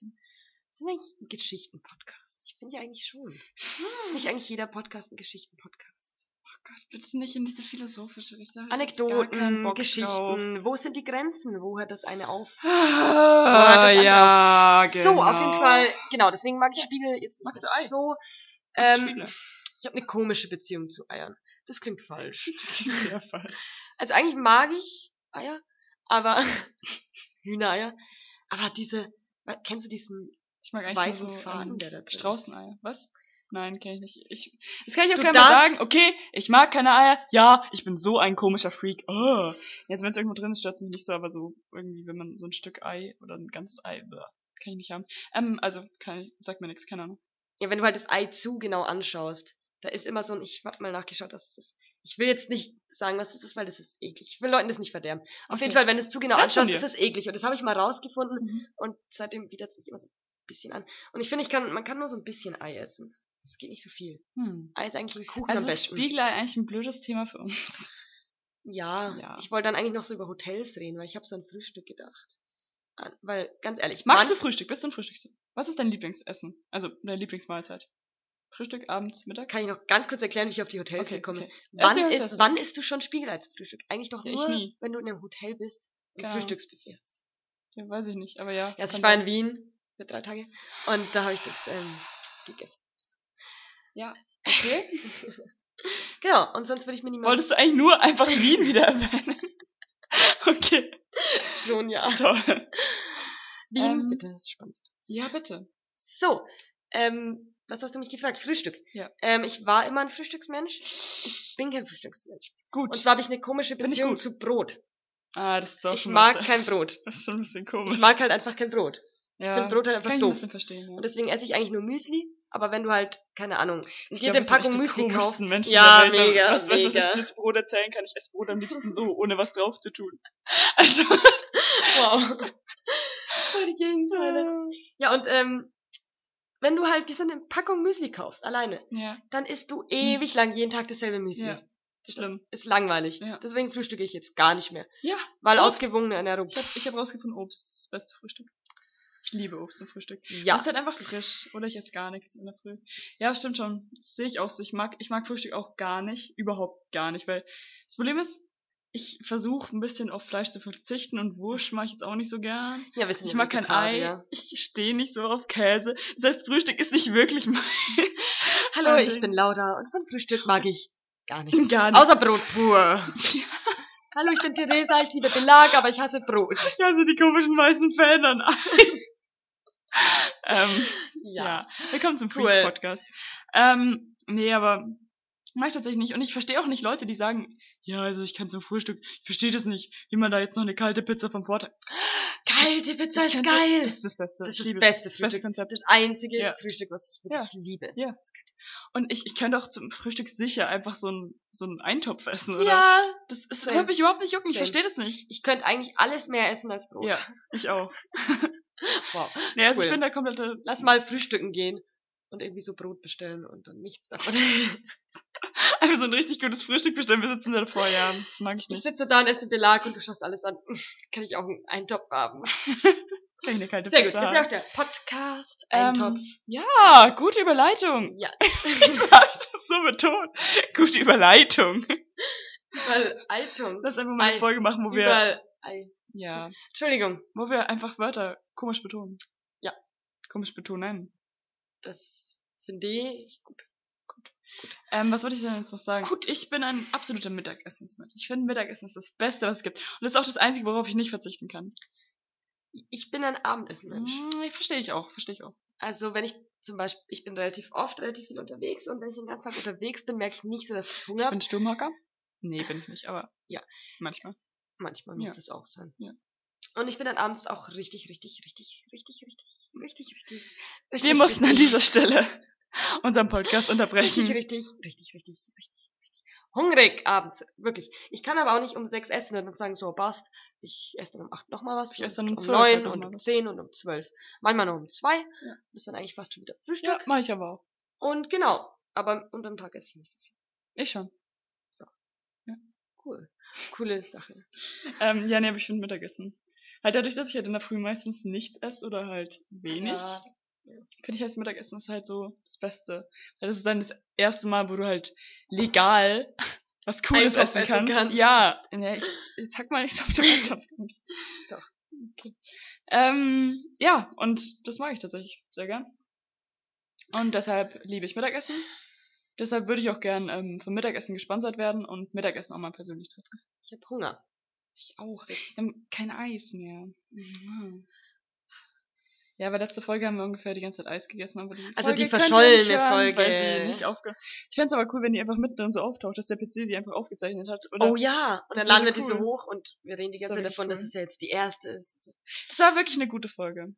S2: Sind wir eigentlich ein Geschichtenpodcast? Ich finde ja eigentlich schon.
S1: Hm.
S2: Ist nicht eigentlich jeder Podcast ein Geschichtenpodcast?
S1: Oh Gott, bitte nicht in diese philosophische Richtung. Ich hab jetzt gar keinen
S2: Anekdoten,
S1: Bock drauf.
S2: Geschichten. Wo sind die Grenzen? Wo hört das eine auf?
S1: Ah,
S2: das andere
S1: ja, genau.
S2: So, auf jeden Fall. Genau, deswegen mag ich Spiegel jetzt nicht
S1: Magst du Ei?
S2: so.
S1: Magst du
S2: Ähm,
S1: Spiegel?
S2: ich habe eine komische Beziehung zu Eiern. Das klingt falsch.
S1: Sehr falsch.
S2: Also eigentlich mag ich Eier, aber Hühnereier. Aber diese, we- kennst du diesen
S1: Ich mag eigentlich nur
S2: weißen
S1: so,
S2: Faden,
S1: ähm,
S2: der da drin ist?
S1: Straußeneier. Was? Nein, kenne ich nicht. Ich, das kann ich auch
S2: Du
S1: gleich mal
S2: darfst-
S1: sagen. Okay, ich mag keine Eier. Ja, ich bin so ein komischer Freak. Oh. Jetzt, wenn es irgendwo drin ist, stört es mich nicht so, aber so irgendwie, wenn man so ein Stück Ei oder ein ganzes Ei, bäh, kann ich nicht haben. Ähm, also, kann ich, sagt mir nichts, keine Ahnung.
S2: Ja, wenn du halt das Ei zu genau anschaust, da ist immer so ein, ich hab mal nachgeschaut, was es ist. Ich will jetzt nicht sagen, was es ist, weil das ist eklig. Ich will Leuten das nicht verderben. Auf
S1: Okay.
S2: jeden Fall, wenn du es zu genau
S1: Lernt von
S2: anschaust,
S1: dir.
S2: ist es eklig. Und das habe ich mal rausgefunden
S1: Mhm.
S2: und seitdem widert es mich immer so bisschen an. Und ich finde, ich kann, man kann nur so ein bisschen Ei essen. Es geht nicht so viel.
S1: Hm.
S2: Ei ist eigentlich ein Kuchen
S1: Also
S2: am
S1: ist
S2: besten.
S1: Spiegelei eigentlich ein blödes Thema für uns.
S2: Ja,
S1: Ja.
S2: ich wollte dann eigentlich noch so über Hotels reden, weil ich habe so an Frühstück gedacht. An, weil, ganz ehrlich,
S1: Magst du Frühstück? Bist du ein Frühstückstyp? Was ist dein Lieblingsessen? Also deine Lieblingsmahlzeit? Frühstück, abends, Mittag?
S2: kann ich noch ganz kurz erklären, wie ich auf die Hotels gekommen bin.
S1: okay. Erzähl
S2: Wann,
S1: uns
S2: ist,
S1: Also, das.
S2: wann isst du schon Spiegel als Frühstück? Eigentlich doch
S1: Ja, ich
S2: nur,
S1: nie.
S2: wenn du in einem Hotel bist und
S1: Genau.
S2: Frühstücksbuffet hast.
S1: Ja, weiß ich nicht, aber ja.
S2: Ja, also
S1: kann
S2: ich war
S1: sein.
S2: in Wien für drei Tage und da habe ich das ähm, gegessen.
S1: Okay.
S2: Genau, und sonst würde ich mir niemals
S1: Wolltest du eigentlich nur einfach Wien wieder erwähnen? okay,
S2: schon, ja.
S1: toll.
S2: Wien,
S1: Ähm,
S2: bitte, spannend.
S1: Ja, bitte.
S2: So, ähm, was hast du mich gefragt? Frühstück.
S1: Ja.
S2: Ähm, ich war immer ein Frühstücksmensch. Ich bin kein Frühstücksmensch. Und
S1: Gut.
S2: zwar habe ich eine komische
S1: Bin ich
S2: Beziehung
S1: gut.
S2: zu Brot.
S1: Ah, das ist auch
S2: Ich
S1: schon
S2: mag
S1: was-
S2: kein Brot.
S1: Das ist schon ein bisschen komisch.
S2: Ich mag halt einfach kein Brot.
S1: ja,
S2: find Brot halt einfach
S1: kann
S2: doof.
S1: Ich ein bisschen verstehen. Ja.
S2: Und deswegen esse ich eigentlich nur Müsli. Aber wenn du halt, keine Ahnung,
S1: Ich
S2: jede
S1: glaub, wir sind echt
S2: Packung
S1: die
S2: Müsli
S1: komischsten
S2: kaufst.
S1: Menschen
S2: Ja,
S1: der Welt.
S2: mega,
S1: Was, weißt du, was
S2: mega.
S1: ich jetzt Brot erzählen kann? Ich esse Brot am liebsten so, ohne was drauf zu tun. Also,
S2: Wow. Voll die Gegenteile.
S1: äh,
S2: Ja, und ähm, wenn du halt diese eine Packung Müsli kaufst, alleine,
S1: ja,
S2: dann isst du ewig lang jeden Tag dasselbe Müsli.
S1: Hm. Ja. schlimm.
S2: Ist langweilig.
S1: Ja.
S2: Deswegen frühstücke ich jetzt gar nicht mehr.
S1: Ja,
S2: Weil
S1: Obst.
S2: ausgewogene Ernährung.
S1: ich habe ich hab rausgefunden, Obst ist das beste Frühstück. Ich liebe Obst zum Frühstück.
S2: Ja.
S1: Ist halt einfach frisch. Oder ich esse gar nichts in der Früh. Ja, stimmt schon. Das sehe ich auch so. Ich mag, ich mag Frühstück auch gar nicht. Überhaupt gar nicht. Weil das Problem ist, ich versuche ein bisschen auf Fleisch zu verzichten und Wurst mag ich jetzt auch nicht so gern.
S2: Ja, wir sind
S1: Ich
S2: ja
S1: mag kein Ei.
S2: Oh, Vegetarier.
S1: Ich stehe nicht so auf Käse. Das heißt, Frühstück ist nicht wirklich mein.
S2: Hallo,
S1: Also-
S2: ich bin Laura und von Frühstück mag ich gar nichts.
S1: Gar nichts.
S2: Außer Brot pur. Hallo, ich bin Theresa, ich liebe Belag, aber ich hasse Brot.
S1: Ja, so die komischen weißen Fäden an Ei. ähm, ja. Willkommen zum
S2: Cool.
S1: Freak-Podcast. Ähm, nee, aber mach ich tatsächlich nicht. Und ich verstehe auch nicht Leute, die sagen, ja, also ich kann zum Frühstück, ich verstehe das nicht, wie man da jetzt noch eine kalte Pizza vom Vortag.
S2: Geil, die Pizza
S1: Das
S2: ist
S1: könnte-
S2: geil.
S1: Das ist das Beste.
S2: Das
S1: Ich
S2: ist
S1: liebe
S2: das beste
S1: das beste
S2: Frühstück.
S1: Konzept.
S2: Das einzige
S1: Ja.
S2: Frühstück, was ich wirklich liebe.
S1: Ja. Und ich, ich könnte auch zum Frühstück sicher einfach so einen so einen Eintopf essen, oder?
S2: Ja,
S1: Das ist,
S2: Same.
S1: würde mich überhaupt nicht jucken. Ich
S2: Same.
S1: verstehe das nicht.
S2: ich könnte eigentlich alles mehr essen als Brot.
S1: Ja, ich auch.
S2: Wow.
S1: Nee, also ich
S2: Cool.
S1: bin da komplette
S2: Lass mal frühstücken gehen und irgendwie so Brot bestellen und dann nichts davon.
S1: Einfach so ein richtig gutes Frühstück bestellen. Wir sitzen da davor, ja. Das mag ich
S2: ich
S1: nicht.
S2: sitze da und esse den Belag und du schaust alles an. Kann ich auch einen Eintopf haben?
S1: Kann ich eine kalte
S2: Sehr gut,
S1: Pizza
S2: das ist ja
S1: haben.
S2: auch der Podcast
S1: Ähm,
S2: Eintopf.
S1: Ja, gute Überleitung.
S2: Ja,
S1: Ich hab das so betont. Gute Überleitung.
S2: überall Eitung.
S1: Lass einfach mal eine
S2: Ei.
S1: Folge machen, wo wir,
S2: Überall Ei.
S1: ja,
S2: Entschuldigung,
S1: wo wir einfach Wörter komisch betonen.
S2: Ja.
S1: Komisch betonen.
S2: das finde ich gut.
S1: Ähm, was wollte ich denn jetzt noch sagen?
S2: Gut.
S1: ich bin ein absoluter Mittagessensmensch. Ich finde, Mittagessen ist das Beste, was es gibt. Und das ist auch das Einzige, worauf ich nicht verzichten kann.
S2: Ich bin ein Abendessenmensch.
S1: Hm, verstehe ich auch, verstehe ich auch.
S2: Also wenn ich zum Beispiel, ich bin relativ oft relativ viel unterwegs und wenn ich den ganzen Tag unterwegs bin, merke ich nicht so, dass ich Hunger
S1: Ich
S2: habe.
S1: bin Sturmhocker? Nee, bin ich nicht, aber
S2: Ja.
S1: manchmal.
S2: Manchmal
S1: Ja.
S2: muss es auch sein.
S1: Ja.
S2: Und ich bin dann abends auch richtig, richtig, richtig, richtig, richtig, richtig, richtig. richtig
S1: Wir mussten an
S2: richtig,
S1: dieser Stelle unseren Podcast
S2: Richtig,
S1: unterbrechen.
S2: richtig, richtig, richtig, richtig, richtig. Hungrig abends, wirklich. Ich kann aber auch nicht um sechs essen und dann sagen, so, passt, ich esse dann um acht nochmal was.
S1: Ich esse
S2: und
S1: dann um
S2: um
S1: 12
S2: neun
S1: halt noch
S2: und
S1: mal
S2: um
S1: was.
S2: zehn und um zwölf. Manchmal noch um zwei.
S1: Ja.
S2: Das ist dann eigentlich fast schon wieder
S1: Ja,
S2: Frühstück.
S1: mache ich aber auch.
S2: Und genau, aber unterm Tag esse ich nicht so viel.
S1: Ich schon.
S2: Cool. Coole Sache.
S1: Ähm, ja, nee, aber ich finde Mittagessen. Halt dadurch, dass ich halt in der Früh meistens nichts esse oder halt wenig,
S2: Ja.
S1: finde ich halt das Mittagessen ist halt so das Beste. Weil das ist dann das erste Mal, wo du halt legal was Cooles
S2: Eintopf
S1: essen
S2: essen
S1: kannst.
S2: kannst.
S1: Ja, nee, ich, jetzt hack mal nichts auf den Eintopf.
S2: Doch.
S1: Okay. Ähm, ja, und das mag ich tatsächlich sehr gern. Und deshalb liebe ich Mittagessen. Deshalb würde ich auch gern ähm, vom Mittagessen gesponsert werden und Mittagessen auch mal persönlich treffen.
S2: Ich habe Hunger.
S1: Ich auch. Wir haben kein Eis mehr. Mhm. Ja, aber letzte Folge haben wir ungefähr die ganze Zeit Eis gegessen. Aber die
S2: Also die
S1: könnt ihr nicht
S2: verschollene Folge.
S1: Weil sie nicht aufge ich fänd's aber cool, wenn die einfach mittendrin so auftaucht, dass der PC die einfach aufgezeichnet hat. Oder
S2: Oh ja,
S1: Das
S2: und dann
S1: ist
S2: laden wir
S1: wirklich
S2: die so
S1: cool.
S2: hoch und wir reden die
S1: Das
S2: ganze Zeit
S1: ist wirklich
S2: davon, dass
S1: cool.
S2: es ja jetzt die erste ist. und So.
S1: Das war wirklich eine gute Folge.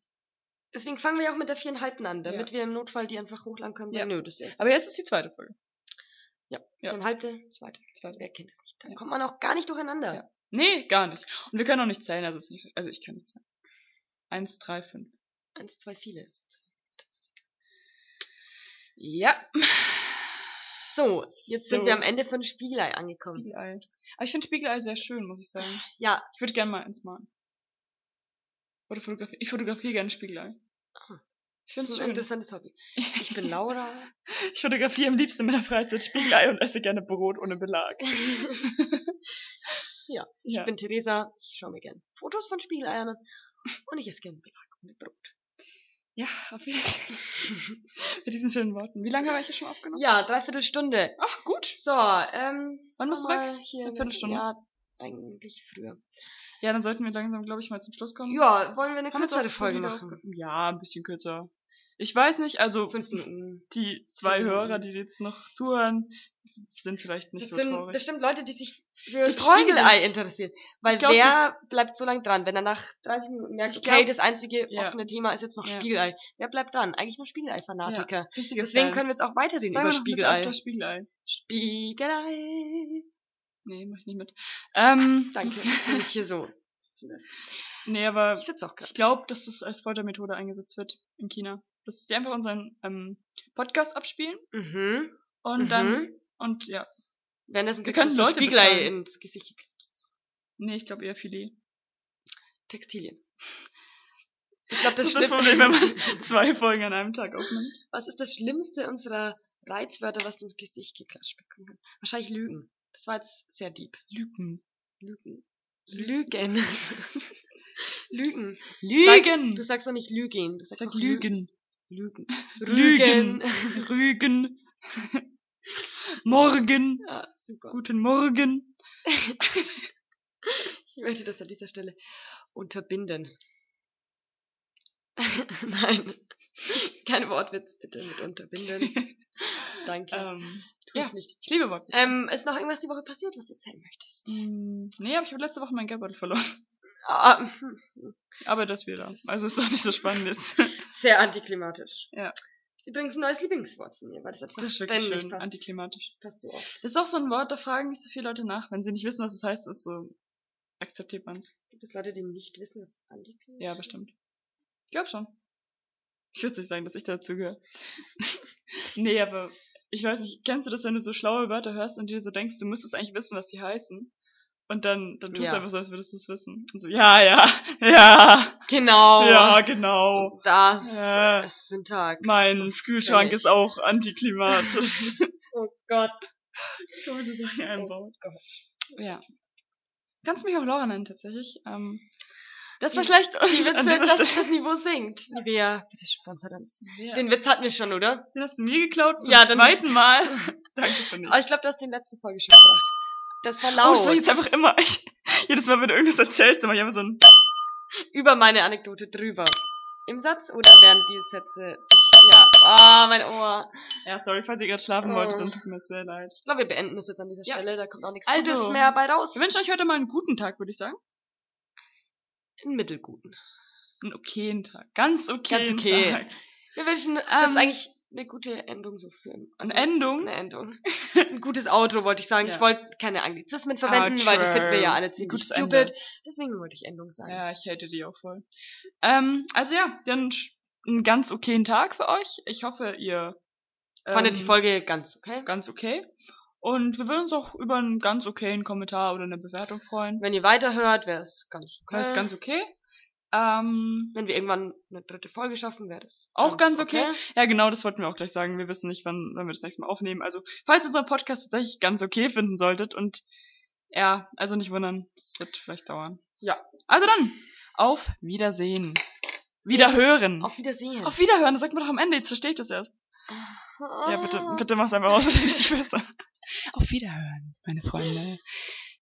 S2: Deswegen fangen wir ja auch mit der viereinhalbten an, damit wir im Notfall die einfach hochladen können.
S1: Ja.
S2: Nö, das ist die erste.
S1: Aber jetzt ist die zweite Folge. ja.
S2: Viereinhalbte, zweite.
S1: Zweite.
S2: Wer kennt es nicht? Dann
S1: Ja.
S2: kommt man auch gar nicht durcheinander.
S1: Ja. Nee, gar nicht. Und wir können auch nicht zählen, also, es ist nicht, also ich kann nicht zählen. Eins, drei, fünf.
S2: eins, zwei viele.
S1: Ja.
S2: So, jetzt
S1: So.
S2: sind wir am Ende von Spiegelei angekommen.
S1: Spiegelei. Aber ich finde Spiegelei sehr schön, muss ich sagen.
S2: Ja,
S1: Ich würde gerne mal eins malen. Oder fotografieren. Ich fotografiere gerne Spiegelei.
S2: Ah.
S1: Ich
S2: das
S1: finde
S2: ist
S1: es
S2: ein
S1: schön.
S2: interessantes Hobby. Ich bin Laura.
S1: Ich fotografiere am liebsten in meiner Freizeit Spiegelei und esse gerne Brot ohne Belag.
S2: ich
S1: Ja.
S2: bin Theresa. Ich schaue mir gerne Fotos von Spiegeleiern an. Und ich esse gerne Belag mit Brot.
S1: ja, auf jeden Fall. Mit diesen schönen Worten. Wie lange habe ich hier schon aufgenommen?
S2: ja, dreiviertel Stunde.
S1: Ach, gut.
S2: So, ähm.
S1: Wann musst du weg?
S2: nochmal Hier,
S1: Eine Viertelstunde?
S2: Ja, eigentlich früher.
S1: Ja, dann sollten wir langsam, glaube ich, mal zum Schluss kommen.
S2: Ja, wollen wir eine
S1: Haben wir uns
S2: kürzere
S1: auch
S2: Folge
S1: wieder
S2: machen?
S1: aufge- Ja, ein bisschen kürzer. Ich weiß nicht, also
S2: Fünf Minuten.
S1: die zwei
S2: Minuten.
S1: Hörer, die jetzt noch zuhören, sind vielleicht nicht
S2: Das
S1: so
S2: sind
S1: traurig.
S2: bestimmt Leute, die sich für
S1: Die freuen
S2: Spiegelei
S1: sich.
S2: interessieren. Weil
S1: Ich glaub,
S2: wer bleibt so lange dran, wenn er nach 30 Minuten merkt,
S1: Ich
S2: okay,
S1: glaub-
S2: das einzige
S1: Ja.
S2: offene Thema ist jetzt noch
S1: Ja.
S2: Spiegelei. Wer bleibt dran? Eigentlich nur Spiegelei-Fanatiker.
S1: Richtige
S2: Deswegen
S1: Fans.
S2: können wir jetzt auch weiterreden
S1: Sagen
S2: über
S1: wir noch ein bisschen auf
S2: Spiegelei.
S1: Das Spiegelei.
S2: Spiegelei.
S1: Nee, mach ich nicht mit. Ähm,
S2: Danke, dass du mich hier so.
S1: nee, aber
S2: Ich sitze auch gerade.
S1: ich glaube, dass das als Foltermethode eingesetzt wird in China. Dass die einfach unseren ähm, Podcast abspielen
S2: Mhm.
S1: und
S2: mhm.
S1: dann und ja.
S2: Währenddessen
S1: Wir
S2: kriegst
S1: können
S2: du so
S1: Leute
S2: Spiegelei
S1: bezahlen.
S2: ins Gesicht geklebt.
S1: Nee, ich glaube eher Filet.
S2: Textilien. Ich glaube, das,
S1: Das ist das
S2: Schlimm-
S1: Problem, wenn man zwei Folgen an einem Tag aufnimmt.
S2: Was ist das Schlimmste unserer Reizwörter, was du ins Gesicht geklatscht bekommen hast? Wahrscheinlich Lügen. Das war jetzt sehr deep.
S1: Lügen.
S2: Lügen. Lügen. Lügen. Sag,
S1: Lügen!
S2: du sagst doch nicht Lügen. Du sagst
S1: Sag
S2: doch Lü-
S1: Lügen.
S2: Lügen.
S1: Lügen.
S2: Rügen.
S1: Rügen. Morgen.
S2: Ja, Ah, super.
S1: Guten Morgen.
S2: Ich möchte das an dieser Stelle unterbinden. Nein. Kein Wortwitz, bitte mit unterbinden. Danke.
S1: Ähm,
S2: tu
S1: ja.
S2: es nicht.
S1: ich liebe Worte.
S2: Ähm, ist noch irgendwas die Woche passiert, was du erzählen möchtest?
S1: Mm, Nee, aber ich habe letzte Woche meinen Geldbeutel verloren.
S2: Ah,
S1: Aber das wieder.
S2: Das ist-
S1: Also ist doch nicht so spannend jetzt.
S2: sehr antiklimatisch.
S1: Ja.
S2: Ist übrigens ein neues Lieblingswort von mir, weil das etwas
S1: Das ist wirklich
S2: ständig
S1: schön,
S2: passt.
S1: antiklimatisch.
S2: Das passt so oft.
S1: Das ist auch so ein Wort, da fragen nicht so viele Leute nach. Wenn sie nicht wissen, was es das heißt, ist so, akzeptiert man es.
S2: Gibt es Leute, die nicht wissen, was antiklimatisch
S1: Ja, bestimmt. Ich glaube schon. Ich würde nicht sagen, dass ich dazu gehöre. nee, aber ich weiß nicht, kennst du das, wenn du so schlaue Wörter hörst und dir so denkst, du müsstest eigentlich wissen, was sie heißen? Und dann, dann tust
S2: Ja.
S1: du einfach so, als würdest du es wissen. Und so, ja, ja, ja,
S2: ist? Genau.
S1: ja, genau.
S2: Das
S1: Ja.
S2: ist Syntax.
S1: Mein Kühlschrank
S2: ich.
S1: ist auch antiklimatisch.
S2: Oh Gott.
S1: Komische Sachen einbaut.
S2: Gott.
S1: Ja. Kannst mich auch Laura nennen, tatsächlich. Ähm, das war
S2: Die-
S1: schlecht.
S2: Die
S1: Und an
S2: Witze,
S1: dieser
S2: dass
S1: Stelle-
S2: das Niveau sinkt. Nivea, bitte sponsert uns.
S1: Ja. Den,
S2: Den Witz hatten wir schon, oder?
S1: hast du mir geklaut zum
S2: Ja, dann-
S1: zweiten Mal. Danke für nichts.
S2: Aber ich glaube, du hast den letzten Folge schon gebracht. Das war
S1: Oh,
S2: laut.
S1: ich war jetzt einfach immer, ich, jedes Mal, wenn du irgendwas erzählst, dann mach ich einfach so ein,
S2: Über meine Anekdote drüber. Im Satz oder während die Sätze sich. Ja. Ah, mein Ohr.
S1: ja, sorry, falls ihr gerade schlafen
S2: Oh.
S1: wolltet, dann tut mir sehr leid.
S2: Ich glaube, wir beenden das jetzt an dieser
S1: Ja.
S2: Stelle. Da kommt auch nichts
S1: Also,
S2: Altes mehr bei raus.
S1: Wir wünschen euch heute mal einen guten Tag, würde ich sagen.
S2: Einen mittelguten.
S1: Einen okayen Tag. Ganz okayen
S2: Ganz okay.
S1: Tag.
S2: Wir wünschen, das ist
S1: Ähm,
S2: eigentlich eine gute Endung so für.
S1: Eine
S2: also-
S1: Endung.
S2: Eine Endung. Ein gutes Outro wollte ich sagen.
S1: Ja.
S2: Ich wollte keine Anglizismen verwenden, weil die finden wir ja alle
S1: Outro.
S2: ziemlich
S1: Gutes
S2: stupid.
S1: Ende.
S2: Deswegen wollte ich Endung sagen.
S1: Ja, ich hate die auch voll. Ähm, also ja, dann sch- einen ganz okayen Tag für euch. Ich hoffe, ihr
S2: Fandet die
S1: ähm,
S2: Folge ganz okay.
S1: ganz okay. Und wir würden uns auch über einen ganz okayen Kommentar oder eine Bewertung freuen.
S2: Wenn ihr weiterhört, wäre es ganz okay.
S1: Das ist ganz okay. Ähm,
S2: Wenn wir irgendwann eine dritte Folge schaffen, wäre das
S1: Auch ganz okay. ja, genau, das wollten wir auch gleich sagen. Wir wissen nicht, wann, wann wir das nächste Mal aufnehmen. Also, falls ihr unseren Podcast tatsächlich ganz okay finden solltet und ja, also nicht wundern, es wird vielleicht dauern.
S2: Ja.
S1: Also dann, auf Wiedersehen. Wiederhören.
S2: Auf Wiedersehen.
S1: Auf Wiederhören, das sagt man doch am Ende, jetzt verstehe ich das erst.
S2: Ah.
S1: Ja, bitte, bitte mach's einfach aus, das ist nicht besser. Auf Wiederhören, meine Freunde.